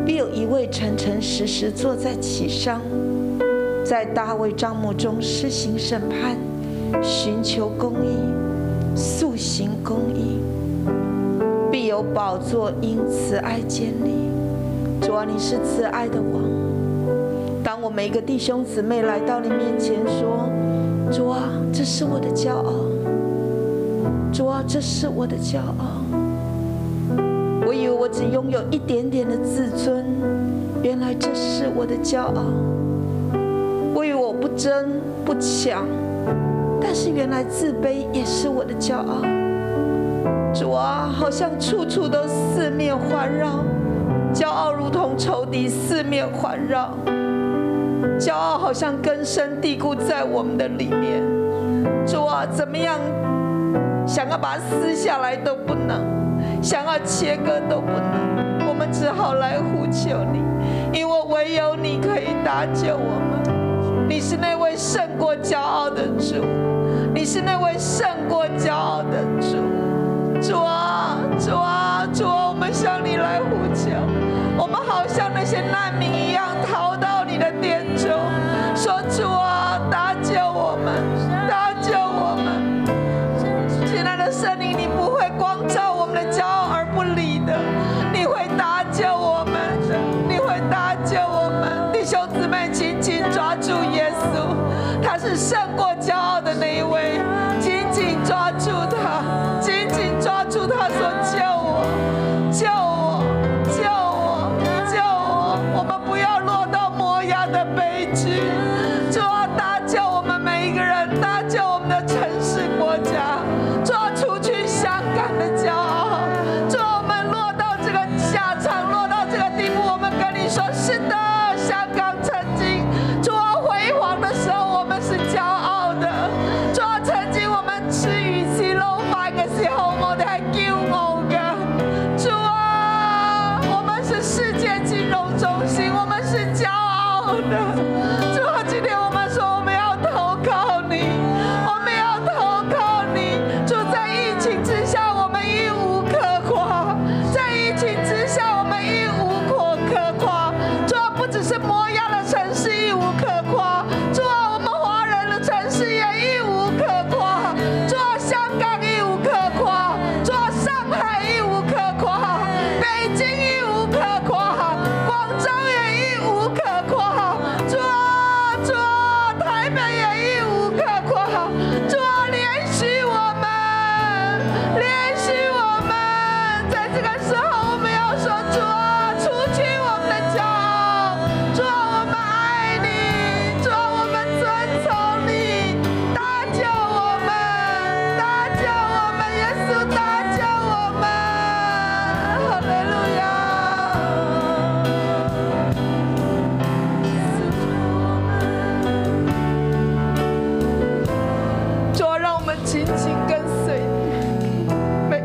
[SPEAKER 8] 必有一位诚诚实实坐在其上，在大卫帐幕中施行审判，寻求公义，速行公义。必有宝座因慈爱建立。主啊，你是慈爱的王。当我们一个弟兄姊妹来到你面前说：“主啊，这是我的骄傲。”主啊，这是我的骄傲。我以为我只拥有一点点的自尊，原来这是我的骄傲。我以为我不争不抢，但是原来自卑也是我的骄傲。主啊，好像处处都四面环绕，骄傲如同仇敌四面环绕，骄傲好像根深蒂固在我们的里面。主啊，怎么样想要把它撕下来都不能，想要切割都不能，我们只好来呼求你，因为唯有你可以搭救我们。你是那位胜过骄傲的主，你是那位胜过骄傲的主。主啊，主啊，主啊，我们向你来呼求，我们好像那些难民一样逃到你的殿中，说主啊，搭救我们，搭救我们。亲爱的圣灵，你不会光照我们的骄傲而不理的，你会搭救我们的，你会搭救我们。弟兄姊妹，紧紧抓住耶稣，他是胜过骄傲的那一位，紧紧抓住他，紧紧抓住他，说救我，救我，救我，救我！我们不要落到摩押的悲剧。主啊，搭救我们每一个人，搭救我们的城市国家。主啊，除去香港的骄傲。主啊，我们落到这个下场，落到这个地步，我们跟你说，是的，香港曾经，主啊，辉煌的时候，我们是骄傲的。主啊，曾经我们吃鱼鸡肉啊啊
[SPEAKER 5] 啊啊啊啊啊啊啊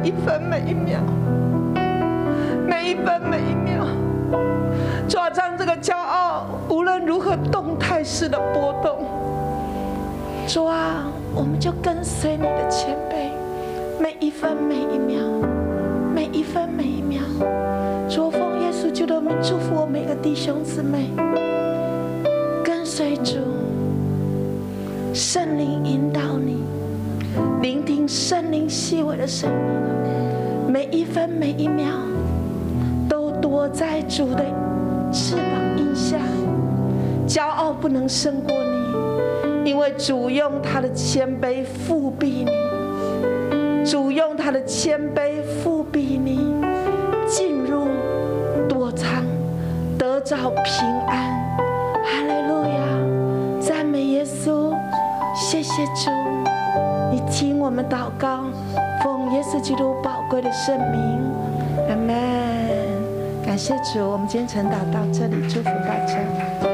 [SPEAKER 5] 一分每一秒，每一分每一秒。主啊，让这个骄傲无论如何动态式的波动。主啊，我们就跟随你的前辈，每一分每一秒，每一分每一秒。主啊奉耶稣基督的名祝福我每个弟兄姊妹，跟随主，圣灵引导你，聆听圣灵细微的声音，每一分每一秒都躲在主的翅膀荫下，骄傲不能胜过你。因为主用他的谦卑复辟你，主用他的谦卑复辟你，进入躲藏，得着平安。哈利路亚，赞美耶稣，谢谢主，你听我们祷告，奉耶稣基督宝贵的圣名，阿门。感谢主，我们今天晨祷到这里，祝福大家。